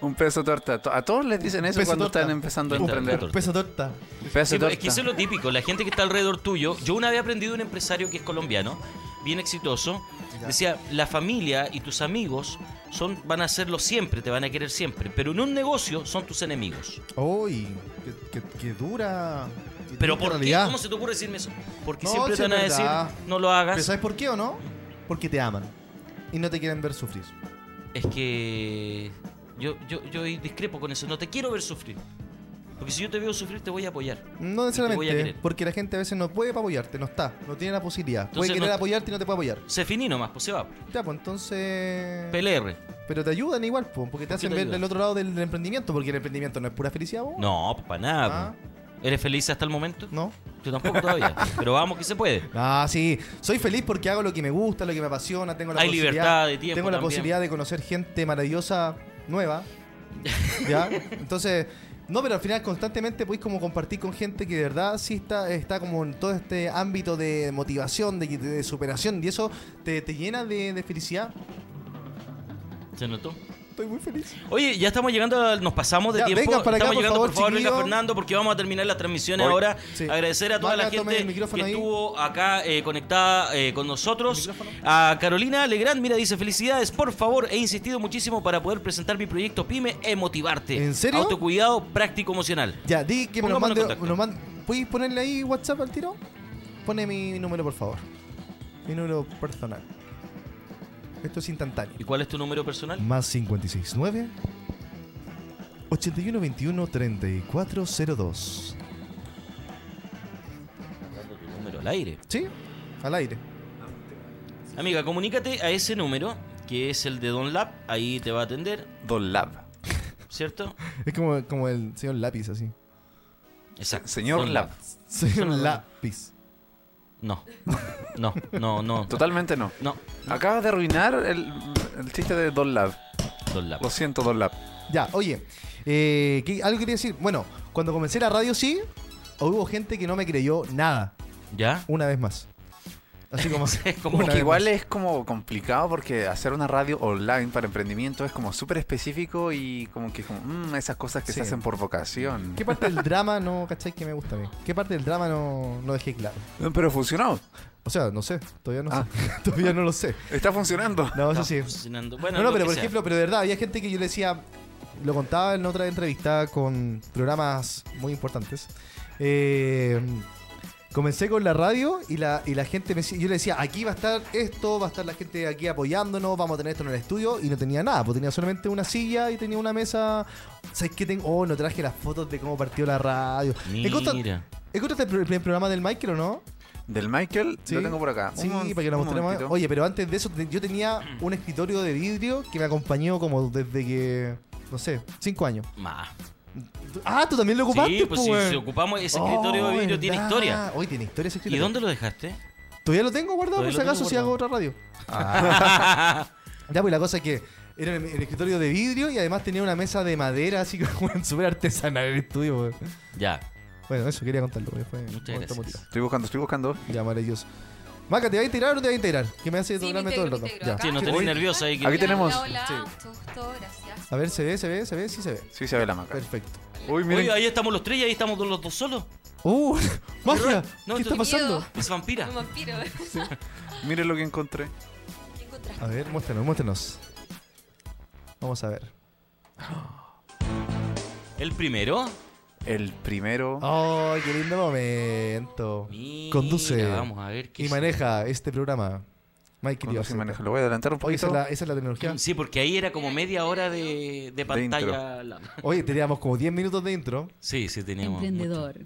Un peso torta. To- A todos les dicen eso Peso cuando torta. están empezando a Peso emprender. torta. Peso torta. Peso Sí, pues, torta. es que eso es lo típico, la gente que está alrededor tuyo. Yo una vez aprendí de un empresario que es colombiano, bien exitoso. Decía, la familia y tus amigos son, van a hacerlo siempre, te van a querer siempre. Pero en un negocio son tus enemigos. Uy, que, que- que dura. que ¿Pero dura por qué? realidad. ¿Cómo se te ocurre decirme eso? Porque No, siempre te sí van a es decir, verdad. no lo ¿Pero hagas. sabes por qué o no? Porque te aman. Y no te quieren ver sufrir. Es que yo, yo, yo discrepo con eso. No te quiero ver sufrir. Porque si yo te veo sufrir, te voy a apoyar. No Te voy a necesariamente. querer. Porque la gente a veces no puede para apoyarte, no está, no tiene la posibilidad. Entonces puede querer no- apoyarte y no te puede apoyar. Se finí nomás, pues se va. Ya, pues entonces. PLR. Pero te ayudan igual, pues, porque te hacen te ver ayudan? el otro lado del, del emprendimiento, porque el emprendimiento no es pura felicidad, vos. No, para nada. pues. ¿Eres feliz hasta el momento? Ah. No. Yo tampoco todavía. Pero vamos que se puede. Ah, sí. Soy feliz porque hago lo que me gusta, lo que me apasiona. Tengo la Hay posibilidad, libertad de tiempo Tengo la también. posibilidad de conocer gente maravillosa nueva. ¿Ya? Entonces, no, pero al final constantemente podéis como compartir con gente que de verdad sí está, está como en todo este ámbito de motivación, de, de superación. Y eso te, te llena de, de felicidad. ¿Se notó? Estoy muy feliz. Oye, ya estamos llegando, al- nos pasamos de Ya, tiempo. vengan para acá, estamos por llegando, favor, por favor, venga chiquillo. Fernando, porque vamos a terminar las transmisiones Voy. ahora. Sí. Agradecer a toda Vaya, la tome gente el que micrófono ahí. estuvo acá eh, conectada eh, con nosotros. A Carolina Legrand, mira, dice: Felicidades, por favor, he insistido muchísimo para poder presentar mi proyecto PyME e motivarte. ¿En serio? Autocuidado práctico emocional. Ya, di que me lo Pongámonos en mande. contacto. nos mande- ¿Puedes ponerle ahí WhatsApp al tiro? Pone mi número, por favor. Mi número personal. Esto es instantáneo. ¿Y cuál es tu número personal? Más 569 8121 3402. Número al aire. Sí, al aire. Amiga, comunícate a ese número, que es el de Don Lab. Ahí te va a atender, Don Lab. ¿cierto? Es como, como el señor lápiz, así. Exacto. Señor Don Lab. Señor lápiz. No. No, no, no. Totalmente no. No. Acabas de arruinar el, el chiste de Don Lab. Don Lab. Lo siento, Don Lab. Ya, oye, eh, ¿qué- algo quería decir. Bueno, cuando comencé la radio, sí, hubo gente que no me creyó nada. ¿Ya? Una vez más. Así como. Es como- una Porque vez igual más. es como complicado porque hacer una radio online para emprendimiento es como súper específico y como que como, mm, esas cosas que Sí. se hacen por vocación. ¿Qué parte del drama no, cachai, que me gusta a mí? ¿Qué parte del drama no, no dejé claro? Pero funcionó. O sea, no sé, todavía no sé. todavía no lo sé. Está funcionando. No, eso Está sí. funcionando. Ah. Bueno, no, no, lo pero que por sea. ejemplo, pero de verdad, había gente que yo le decía, lo contaba en otra entrevista con programas muy importantes. eh, Comencé con la radio y la, y la gente me decía, yo le decía, aquí va a estar esto, va a estar la gente aquí apoyándonos, vamos a tener esto en el estudio y no tenía nada, pues tenía solamente una silla y tenía una mesa. ¿Sabes qué tengo? Oh, no traje las fotos de cómo partió la radio. Mira. ¿Encontra- ¿Encontraste el pr- el programa del Michael o no? Del Michael, lo tengo por Ah, acá. Sí, Un- para que lo un mostremos. momentito. Oye, pero antes de eso, te- yo tenía Mm. un escritorio de vidrio que me acompañó como desde que, no sé, cinco años. Más. Ah, tú también lo ocupaste. Sí, pues, si- weón. si ocupamos ese escritorio de vidrio, tiene Oh, verdad. historia. Hoy tiene historia ¿Y ese escritorio. dónde lo dejaste? Todavía lo tengo guardado, por Todavía si lo acaso, si tengo Ah. hago otra radio. ya, pues la cosa es que era el, el escritorio de vidrio y además tenía una mesa de madera, así como súper artesanal el estudio. weón. Ya. Bueno, eso quería contarlo. weón, Fue Muchas gracias. Estoy buscando, estoy buscando. Ya, maravilloso. Maca, ¿te va a integrar o no te va a integrar? Que me hace doblarme todo el rato. Ya. Sí, no tenés nerviosa ahí. que- Aquí tenemos. Hola, mucho gusto, gracias. A ver, se ve, se ve, se ve, sí se ve. Sí se ve la maca. Perfecto. Uy, miren. Oye, ahí estamos los tres y ahí estamos los dos solos. ¡Uh! ¡Magia! No, ¿Qué esto- está pasando? Es vampira. Un vampiro. Miren lo que encontré. A ver, muéstranos, muéstranos. Vamos a ver. El primero. El primero. ¡Ay, qué lindo momento! Conduce Oh, vamos a ver qué y es. maneja este programa. Mike Conduce y maneja. Lo voy a adelantar un Esa es poquito. la, esa es la tecnología. Sí, porque ahí era como media hora de, de pantalla. la- Oye, teníamos como 10 minutos de intro. Sí, sí, teníamos. Emprendedor.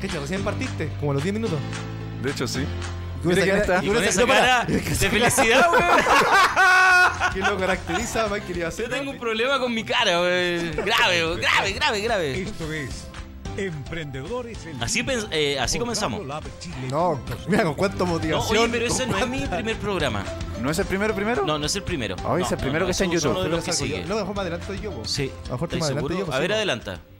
¿Qué recién partiste? Como a los 10 minutos. De hecho, sí. Con esa Mira quién cara- está. y con Con esa esa cara de felicidad, weón. que lo caracteriza a Michael Ibaceta. Tengo un problema con mi cara, weón. Grave, weón. grave, grave, grave. Esto es Emprendedores en Así, pens- eh, así comenzamos. No, pues, mira con cuánta No, motivación. oye, pero ese no es mi primer programa. ¿No es el primero primero? No, no es el primero. Ah, es el primero que está en es uno YouTube. de los que Saco yo. sigue. No, mejor me adelanto yo. pues. vos. Sí. Mejor ¿Estáis me adelanto seguro? yo. A ver, adelante. adelanta.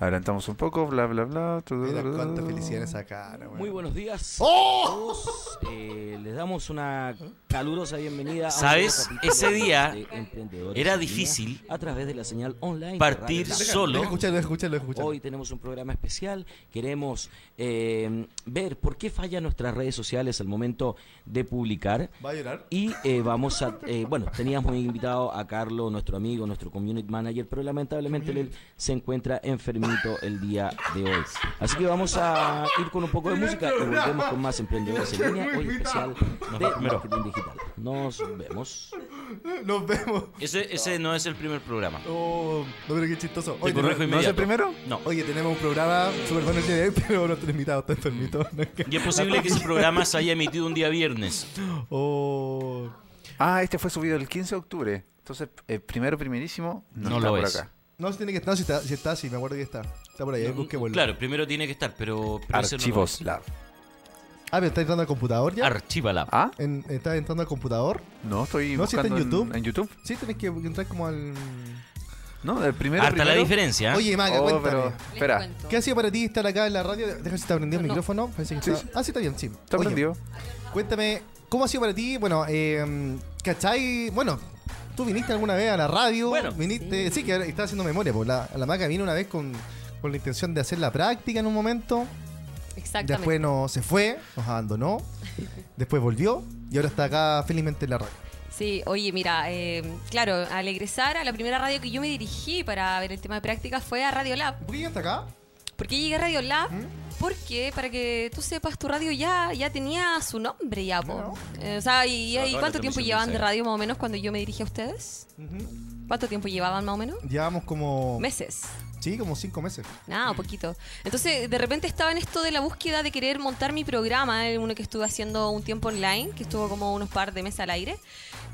Adelantamos un poco, bla, bla, bla. Mira cuánta felicidad en esa cara, weón. Muy buenos días. Todos, eh, les damos una calurosa bienvenida. a un ¿Sabes? nuevo capítulo Ese día de Emprendedores era en Línea difícil a través de la señal online. de partir Radio Lab. solo. Escúchalo, escúchalo, escúchalo. Hoy tenemos un programa especial. Queremos eh, ver por qué fallan nuestras redes sociales al momento de publicar. ¿Va a llorar? Y eh, vamos a. eh, bueno, teníamos invitado a Carlos, nuestro amigo, nuestro community manager, pero lamentablemente él se encuentra enfermito el día de hoy. Así que vamos a ir con un poco de música y volvemos con más emprendedores en línea. Hoy especial de marketing digital. Nos vemos. Nos vemos. Ese, ese no es el primer programa. Oh, no, pero qué chistoso. Te corrijo ¿tenemos- inmediato. No. Oye, tenemos un programa súper bueno el día de hoy, pero nuestro invitado está enfermito. Y es posible que ese programa se haya emitido un día viernes. Oh. Ah, este fue subido el 15 de octubre. Entonces, el primero primerísimo no, No está lo por es. acá. No, si tiene que estar, si está, si está, sí, me acuerdo que está. Está por ahí, ahí busquémoslo. Claro, primero tiene que estar, pero. pero ese no Archivos lo Lab. Ah, pero está entrando al computador ya. es. Archiva Lab. ¿Ah? En- ¿Está entrando al computador? No, estoy No, si está buscando en YouTube. En YouTube. Sí, tenés que entrar como al. No, el primero Harta la primero. diferencia, ¿eh? Oye, Maga, Oh, cuéntame. pero, espera. ¿Qué ha sido para ti estar acá en la radio? Deja si te prendido el micrófono. Parece que Sí, está- sí. Ah, sí, está bien, sí. Está Oye, prendido. Cuéntame, ¿cómo ha sido para ti? Bueno, eh, ¿cachai? Bueno, tú viniste alguna vez a la radio. Bueno. viniste. Sí, que ahora está haciendo memoria. Pues la, la maca vino una vez con, con la intención de hacer la práctica en un momento. Exactamente. Después no, se fue, nos abandonó. después volvió y ahora está acá felizmente en la radio. Sí, oye, mira, eh, claro, al egresar a la primera radio que yo me dirigí para ver el tema de práctica fue a Radio Lab. ¿Por qué llegaste acá? ¿Por qué llegué a Radio Lab? ¿Mm? Porque, para que tú sepas, tu radio ya, ya tenía su nombre ya, po. Eh, o sea, ¿y, Claro, y toda cuánto la tiempo transmisión llevaban de dice. radio más o menos cuando yo me dirigí a ustedes? ¿Cuánto tiempo llevaban más o menos? Llevamos como. Meses. Sí, como cinco meses. Nada, poquito. Entonces, de repente estaba en esto de la búsqueda de querer montar mi programa, eh, uno que estuve haciendo un tiempo online, que estuvo como unos par de meses al aire.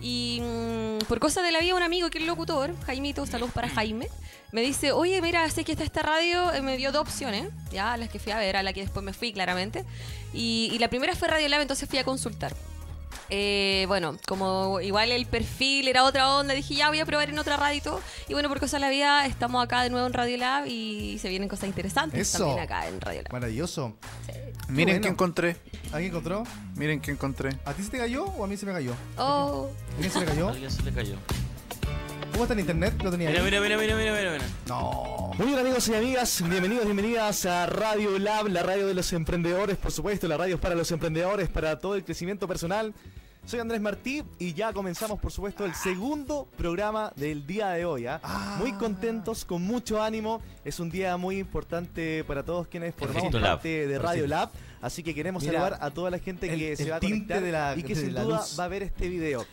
Y mm, por cosas de la vida, un amigo que es locutor, Jaimito, saludos para Jaime, me dice, oye, mira, sé que está esta radio, eh, me dio dos opciones, ya, las que fui a ver, a la que después me fui, claramente. Y, y la primera fue Radio Lab, entonces fui a consultar. Eh, bueno, como igual el perfil era otra onda, dije ya voy a probar en otra radio y todo. Y bueno, por cosas de la vida, estamos acá de nuevo en Radio Lab y se vienen cosas interesantes Eso. también acá en Radio Lab. Maravilloso. Miren bueno. qué encontré. ¿Alguien encontró? Miren qué encontré. ¿A ti se te cayó o a mí se me cayó? Oh, ¿A quién se le cayó? Alguien se le cayó. ¿Cómo está en internet? ¿Lo tenía Mira, ahí? mira, mira, mira, mira, mira. mira. No. Muy bien amigos y amigas, bienvenidos, bienvenidas a Radio Lab, la radio de los emprendedores, por supuesto, la radio es para los emprendedores, para todo el crecimiento personal. Soy Andrés Martí y ya comenzamos, por supuesto, el segundo programa del día de hoy. ¿ah? Muy contentos, con mucho ánimo. Es un día muy importante para todos quienes formamos Perfecto Lab. parte de Radio Perfecto. Lab. Así que queremos Mira, saludar a toda la gente que el se va a tinte conectar de la- y que de sin la duda luz. va a ver este video.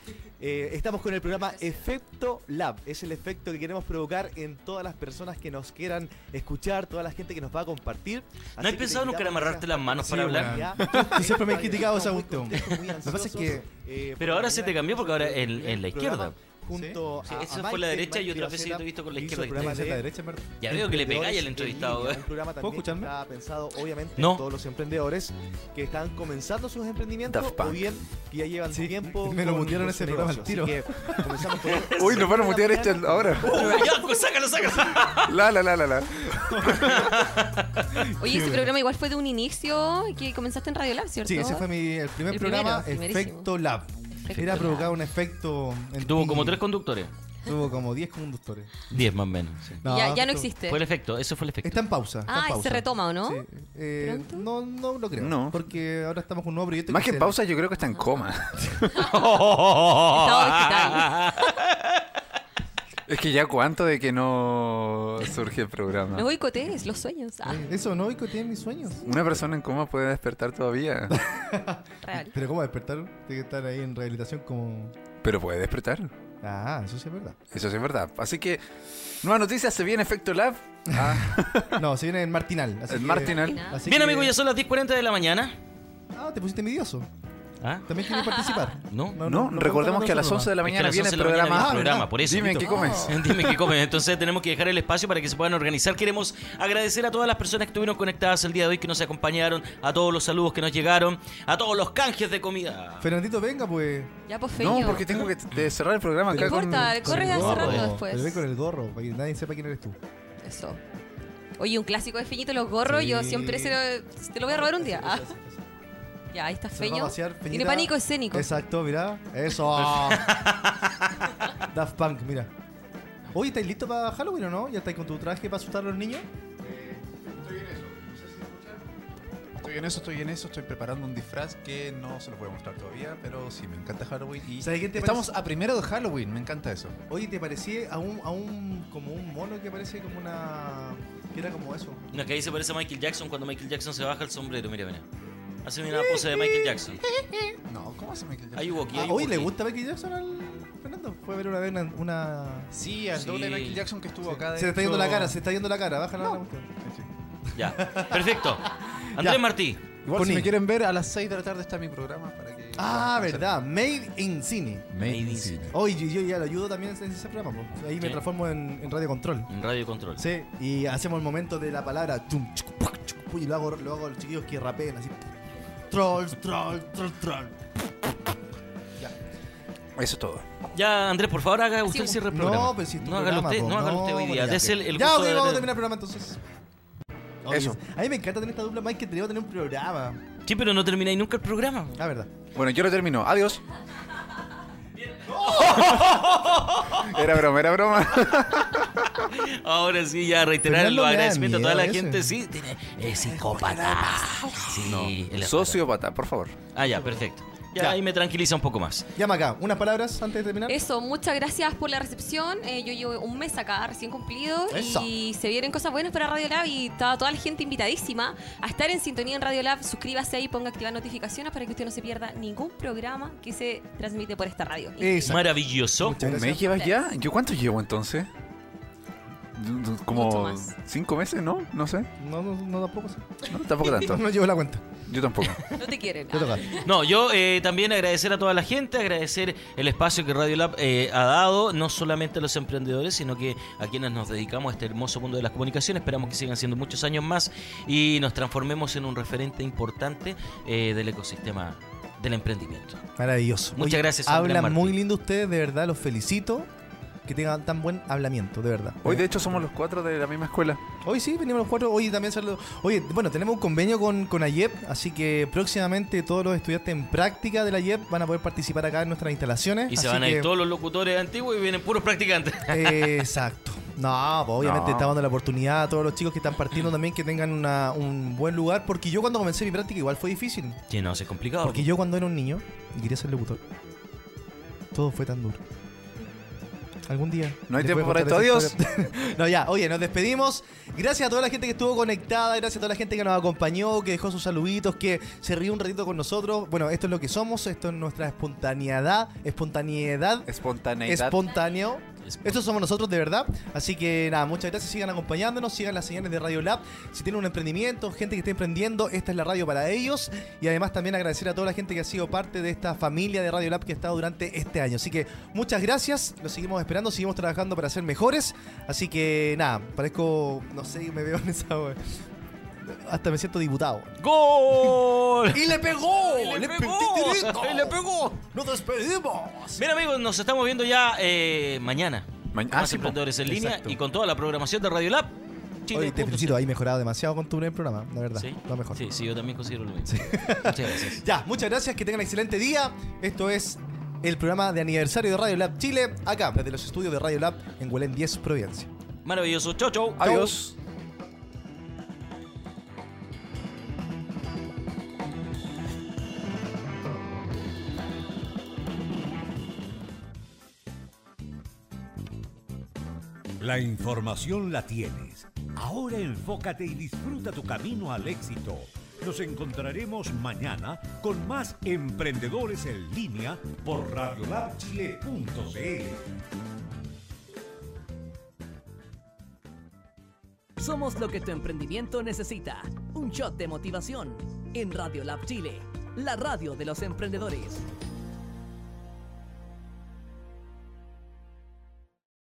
Eh, estamos con el programa Efecto Lab. Es el efecto que queremos provocar en todas las personas que nos quieran escuchar, toda la gente que nos va a compartir. ¿No has pensado nunca en amarrarte las manos para hablar? Tú siempre me has criticado esa cuestión. Lo que pasa es que eh, Pero ahora se te cambió porque ahora en, en la izquierda. Junto Sí, a- eso a fue la Michael, derecha y Michael otras veces Ivaceta te he visto con la hizo izquierda. el programa de Sí. la derecha, en verdad. Ya veo que le pegáis Emprendedores al entrevistado, en línea, eh. Un programa también ¿Puedo escucharme? que está pensado, obviamente, No. en todos los emprendedores que están comenzando sus emprendimientos Daft Punk. o bien que ya llevan tiempo. me lo con mutearon sus ese programa al negocios. Así que comenzamos con Uy, nos van a mutear este ahora. ya, pues, sácalo, sácalo. La, la, la, la, la. Oye, ese programa igual fue de un inicio que comenzaste en Radio Lab, ¿cierto? Sí, ese fue mi, el primer El programa, primero, primerísimo. Efecto Lab. Era Lab. provocar un efecto. en Tuvo ti. como tres conductores. Tuvo como 10 conductores. 10 más o menos. sí. Ya- ya no existe. Fue el efecto, eso fue el efecto. Está en pausa. está en Ah, pausa. se retoma, ¿o no? Sí. Eh, no, no lo creo. No. Porque ahora estamos con un nuevo proyecto. Más que en se- pausa, yo creo que está en coma. Es que ya cuánto de que no surge el programa. No boicotees los sueños. Ah, Eso, no boicoteé mis sueños. Una persona en coma puede despertar todavía. real. Pero ¿cómo despertar? Tiene que estar ahí en rehabilitación como... Pero puede despertar. Ah, eso sí es verdad. Eso sí es verdad. Así que, nuevas noticias, se viene Efecto Lab. Ah, No, se viene en Martinal. así El que- Martinal. así Bien, que- amigos, ya son las 10.40 de la mañana. Ah, te pusiste envidioso. ¿Ah? También quería participar. No, No, recordemos que a las 11 de la Es que a mañana las viene 11 el de la mañana programa. viene el programa, por eso. Oh, Dime, Tito. ¿qué comes? Dime qué comes. Entonces tenemos que dejar el espacio para que se puedan organizar. Queremos agradecer a todas las personas que estuvieron conectadas el día de hoy, que nos acompañaron, a todos los saludos que nos llegaron, a todos los canjes de comida. Fernandito, venga, pues. Ya, pues feño. No, porque tengo que de cerrar el programa No acá con... importa, corres a cerrarlo Pero ven después. con el gorro, para que nadie sepa quién eres tú. Eso. Oye, un clásico de Feñito los gorros, Sí. yo siempre se lo, te lo voy a robar un día. Ah. Ya, ahí está Se va a Feño. vaciar, Tiene Peñita. pánico escénico. Exacto, mira. Eso. Daft Punk, mira. Oye, ¿estáis listos para Halloween o no? ¿Ya estáis con tu traje para asustar a los niños? Estoy en eso, estoy en eso, estoy preparando un disfraz que no se los voy a mostrar todavía, pero sí, me encanta Halloween y ¿Sabes qué te estamos parece? a primero de Halloween, me encanta eso. Oye, ¿te parecía a un, a un, como un mono que parece como una... que era como eso? No, que ahí se parece a Michael Jackson cuando Michael Jackson se baja el sombrero. Mira, mira. Hace una pose de Michael Jackson. No, ¿cómo hace Michael Ahí hubo aquí, ahí Ah, hubo oye, ¿le aquí. gusta Michael Jackson al Fernando? Fue a ver una vez una... una- Sí, al doble de Michael Jackson que estuvo acá. de Se le está hecho- yendo la cara, se está yendo la cara, bájala. la música. Ya, perfecto. Andrés Ya. Martí. Igual Poní. si me quieren ver, a las 6 de la tarde está mi programa para que... Ah, verdad, Made in Cine. Made in Cine. Oye, yo, yo ya lo ayudo también en ese programa. po. Ahí me Sí. transformo en, en Radio Control. En Radio Control. Sí, y hacemos el momento de la palabra. chum, chucu, puc, chucu, puc, Y lo hago, lo hago a los chiquillos que rapeen así. Troll, troll, troll, troll. Eso es todo. Ya, Andrés, por favor, haga usted el cierre del programa. pues. No, pero si es tu No, hágalo programa, usted, po. no hágalo usted hoy día. ya, Dese ok. el, el Ya, gusto ok, de- vamos a terminar el programa entonces. Oye, Eso. A mí me encanta tener esta dupla, Mike, que tenemos tener un programa. Sí, pero no termináis nunca el programa. La verdad. Bueno, yo lo termino. Adiós. Era broma, era broma. Ahora sí, ya reiterar Fernando el me da agradecimiento a toda la miedo gente. ese. Sí, tiene, es psicópata. Sí, el- Sociópata, por favor. Ah, ya, perfecto. Ya, ahí me tranquiliza un poco más. Llama acá, unas palabras antes de terminar. Eso, muchas gracias por la recepción. Eh, yo llevo un mes acá, recién cumplido. Eso. Y se vienen cosas buenas para Radio Lab y está toda la gente invitadísima a estar en sintonía en Radio Lab. Suscríbase ahí, ponga activar notificaciones para que usted no se pierda ningún programa que se transmite por esta radio. Maravilloso. ¿Un mes llevas ya? ¿Yo cuánto llevo entonces? Mucho Como más. cinco meses, ¿no? No sé. No, no, no, tampoco sé. No, tampoco tanto. No llevo la cuenta. Yo tampoco. No te quieren. Ah. Te toca. No, yo eh, también agradecer a toda la gente, agradecer el espacio que Radio Lab eh, ha dado, no solamente a los emprendedores, sino que a quienes nos dedicamos a este hermoso mundo de las comunicaciones. Esperamos que sigan siendo muchos años más y nos transformemos en un referente importante eh, del ecosistema del emprendimiento. Maravilloso. Muchas gracias, Andrés Hablan Martín. muy lindo ustedes, de verdad, los felicito. Que tengan tan buen hablamiento, de verdad. Hoy, de hecho, somos los cuatro de la misma escuela. Hoy sí, venimos los cuatro. Hoy también saludo. Oye, bueno, tenemos un convenio con, con AYEP, así que próximamente todos los estudiantes en práctica de la AYEP van a poder participar acá en nuestras instalaciones. Y se así van a ir que- todos los locutores antiguos y vienen puros practicantes. Eh, Exacto. No, pues obviamente No. está dando la oportunidad a todos los chicos que están partiendo también que tengan una- un buen lugar, porque yo cuando comencé mi práctica igual fue difícil. Que no, se es complicado. Porque yo cuando era un niño y quería ser locutor, Todo fue tan duro. Algún día. No hay les tiempo voy para a contar esto, esa historia. no, ya. Oye, nos despedimos. Gracias a toda la gente que estuvo conectada. Gracias a toda la gente que nos acompañó, que dejó sus saluditos, que se rió un ratito con nosotros. Bueno, esto es lo que somos. Esto es nuestra espontaneidad. Espontaneidad. Espontaneidad. Espontáneo. Estos somos nosotros de verdad. Así que nada, muchas gracias. Sigan acompañándonos, sigan las señales de Radio Lab. Si tienen un emprendimiento, gente que esté emprendiendo, esta es la radio para ellos. Y además también agradecer a toda la gente que ha sido parte de esta familia de Radio Lab que ha estado durante este año. Así que muchas gracias. Los seguimos esperando, seguimos trabajando para ser mejores. Así que nada, parezco, no sé, me veo en esa. wea. Hasta me siento diputado. ¡Gol! ¡Y le pegó! ¡Y ¡Le le pegó! pegó! ¡Y le pegó! ¡Nos despedimos! Mira, amigos, nos estamos viendo ya eh, mañana. Con ah, más sí, po. emprendedores en línea Exacto. y con toda la programación de Radio Lab. Chile. Oye, te felicito, ahí mejorado demasiado con tu primer programa, la verdad. Lo mejor. Sí, sí, yo también considero lo mismo. Muchas gracias. Ya, muchas gracias, que tengan excelente día. Esto es el programa de aniversario de Radio Lab Chile, acá, desde los estudios de Radio Lab en Huelén 10, Providencia. Maravilloso. Chau, chau. Adiós. La información la tienes. Ahora enfócate y disfruta tu camino al éxito. Nos encontraremos mañana con más emprendedores en línea por radiolabchile.cl. Somos lo que tu emprendimiento necesita. Un shot de motivación. En Radio Lab Chile, la radio de los emprendedores.